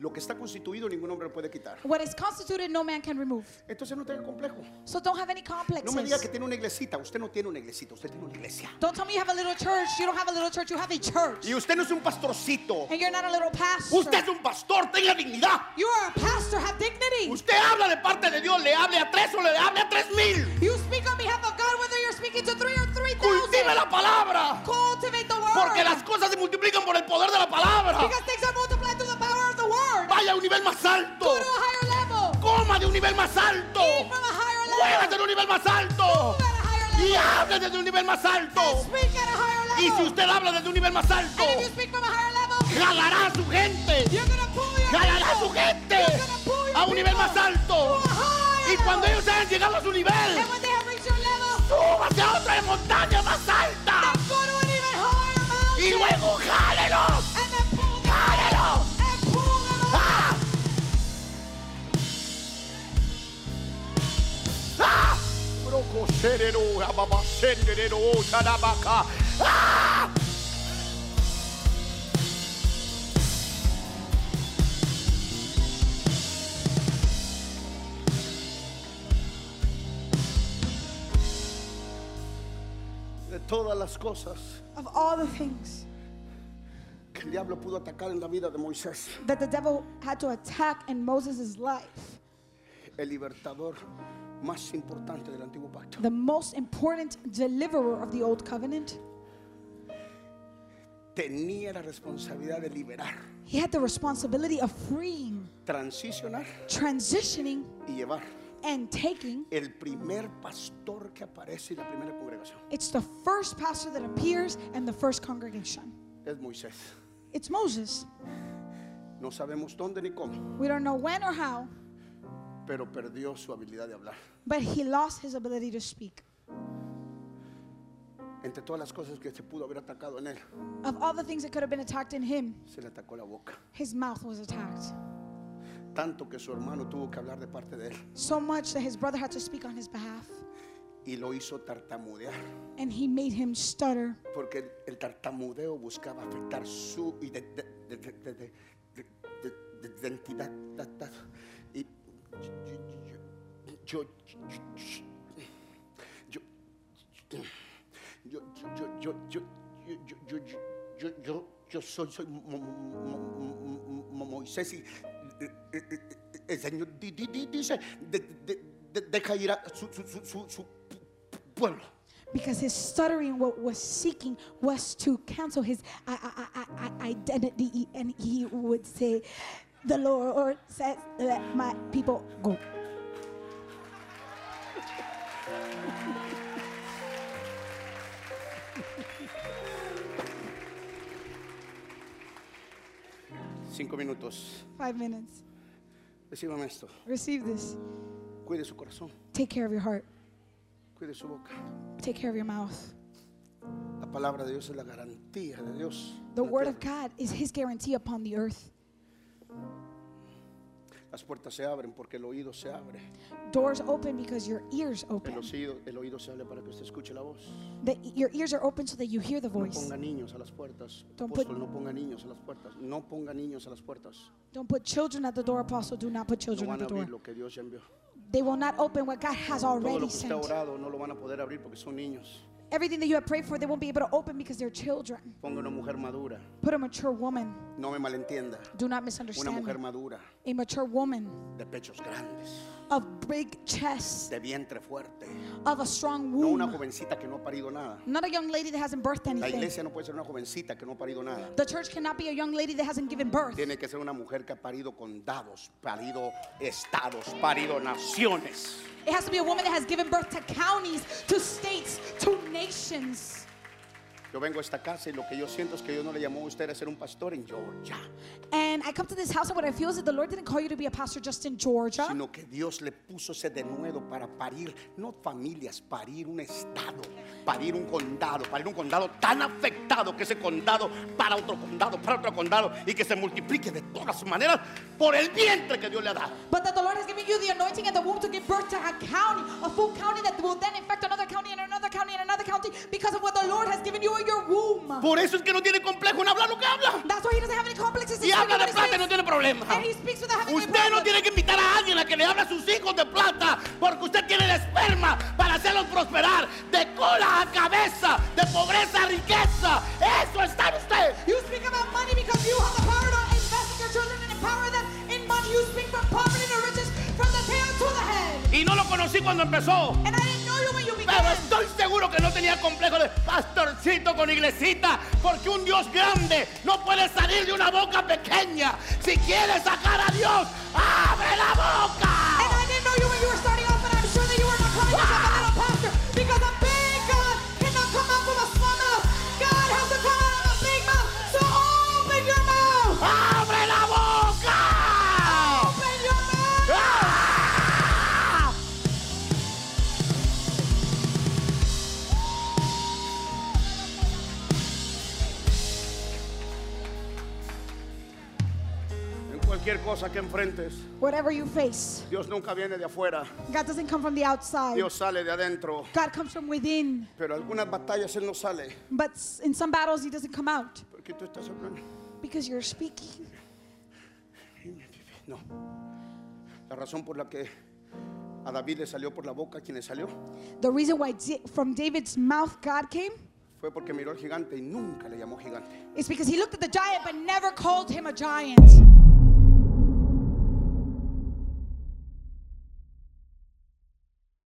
Lo que está constituido ningún hombre lo puede quitar. What is constituted, no man can remove. Entonces no tenga complejo. So don't have any No me diga que complexes. tiene una iglesita. Usted no tiene una iglesita, usted tiene una iglesia. Don't tell me you have a little church. You don't have a little church. You have a church. Y usted no es un pastorcito. And you're not a little pastor. Usted es un pastor, tenga dignidad. You are a pastor. Have dignity. Usted habla de parte de Dios, le hable a tres o le hable a tres mil. You speak on behalf of God, whether you're speaking to three or three Cultive thousand. la palabra. Cultivate the word. Porque las cosas se multiplican por el poder de la palabra. Because things are multiplied through the power of the word. Vaya a un nivel más alto. Go to a higher level. Coma de un nivel más alto. Eat from a higher Muévase level. de un nivel más alto. Move at a higher Y level. hable desde un nivel más alto. And speak at Y a higher si level. usted habla desde un nivel más alto, And if you speak from a higher level, jalará a su gente. you're going to pull your Jalará a su people. gente You're gonna pull your a un nivel people más alto. to a higher Y cuando level. ellos hayan llegado a su nivel, And when they have reached your level, súbase a otra montaña más alta. Go to an even higher Y mountain luego jálelos. and then pull them ¡Jálelo! and pull them up. ¡Ah! ¡Ah! Brocoserero, ababasenderero, sarabaca. ¡Ah! De todas las cosas Of all the things que el diablo pudo atacar en la vida de Moisés, that the devil had to attack in Moses' life, el libertador más importante del antiguo pacto. the most important deliverer of the old covenant, Tenía la responsabilidad de liberar, he had the responsibility of freeing, transicionar transitioning, y llevar. and taking. El primer pastor que aparece en la primera congregación It's the first pastor that appears and the first congregation. es Moisés. It's Moses. No sabemos dónde ni cómo, We don't know when or how, pero perdió su habilidad de hablar. but he lost his ability to speak. Entre todas las cosas que se pudo haber atacado en él, Of all the things that could have been attacked in him, se le atacó la boca. his mouth was attacked. Tanto que su hermano tuvo que hablar de parte de él so much that his brother had to speak on his behalf. y lo hizo tartamudear, And he made him stutter porque el, el tartamudeo buscaba afectar su ide- de- de- de- de- de- de- de- de- identidad. da- da- Y yo, yo, yo, yo, yo, yo, yo, yo, yo, yo, yo, yo, yo, yo soy, soy Mo- Mo- Mo- Moisés y eh, eh, eh, el Señor di- di- di- dice, de- de- de- deja ir a su, su- su- su- su pueblo. because his stuttering what was seeking was to cancel his I- I- I- I- identity. And he would say, The Lord says, Let my people go. Cinco minutos. Five minutes. Recíbame esto. Receive this. Cuide su corazón. Take care of your heart. Cuide su boca. Take care of your mouth. La palabra de Dios es la garantía de Dios. The word of God is his guarantee upon the earth. Las puertas se abren porque el oído se abre. Doors open because your ears El open. oído, el oído se abre para que usted escuche la voz. The, your ears are open so that you hear the No voice. ponga niños a las puertas. Don't Apóstol, put- no ponga niños a las puertas. No ponga niños a las puertas. Don't put children at the door, apostle. Do not put No children at van a the door. abrir lo que Dios ya envió. They will not open what God has Todo lo already que usted ha sent. orado no lo van a poder abrir porque son niños. Everything that you have prayed for, they won't be able to open because they're children. Ponga una mujer madura. Put a mature woman. No me malentienda. Do not Una misunderstand. me. mujer madura, A mature woman de pechos grandes, of big chest, de vientre fuerte. of a strong No una womb, jovencita que no ha parido nada. not a young lady that hasn't birthed La anything. iglesia no puede ser una jovencita que no ha parido nada. The church cannot be a young lady that hasn't given birth. Tiene que ser una mujer que ha parido condados, parido estados, parido naciones. It has to be a woman that has given birth to counties, to states, to nations. Yo vengo a esta casa y lo que yo siento es que Dios no le llamó a usted a ser un pastor en Georgia, And I come to this house, and what I feel is that the Lord didn't call you to be a pastor just in Georgia, sino que Dios le puso ese denuedo para parir, no familias, parir un estado, parir un condado, parir un condado tan afectado que ese condado para otro condado, para otro condado y que se multiplique de todas maneras por el vientre que Dios le ha dado. but that the Lord has given you the anointing and the womb to give birth to a county, a full county that will then infect another county and another county and another county because of what the Lord has given you in your womb. Por eso es que no tiene complejo en hablar lo que habla. That's why he doesn't have any complexes. Y in habla speaking de plata y what he no says. tiene problema. And he speaks without having any Usted no problem. tiene que invitar a alguien a que le hable a sus hijos de plata, porque usted tiene el esperma para hacerlos prosperar de cola a cabeza, de pobreza a riqueza. Eso está en usted. You speak about money because you have the power to invest in your children and empower them in money. You speak from poverty to riches, from the tail to the head. Y no lo conocí cuando empezó. And I didn't know you when you Pero began. estoy seguro que no tenía complejo de pastorcito con iglesita, porque un Dios grande no puede salir de una boca pequeña. Si quieres sacar a Dios, abre la And boca. I didn't know you when you were starting off, and I'm sure that you were not coming to a little pastor because a big God cannot come out from a small mouth. God has to come out of a big mouth. So open your mouth. Abre la boca. Open your mouth. ¡Ah! En cualquier cosa que enfrentes, Whatever you face, Dios nunca viene de afuera, God doesn't come from the outside. Dios sale de adentro. God comes from within, Pero algunas batallas Él no sale, but s- in some battles he doesn't come out porque tú estás hablando. because you're speaking. No. La razón por la que a David le salió por la boca quien le salió The reason why Da- from David's mouth God came fue porque miró al gigante y nunca le llamó gigante. is because he looked at the giant but never called him a giant.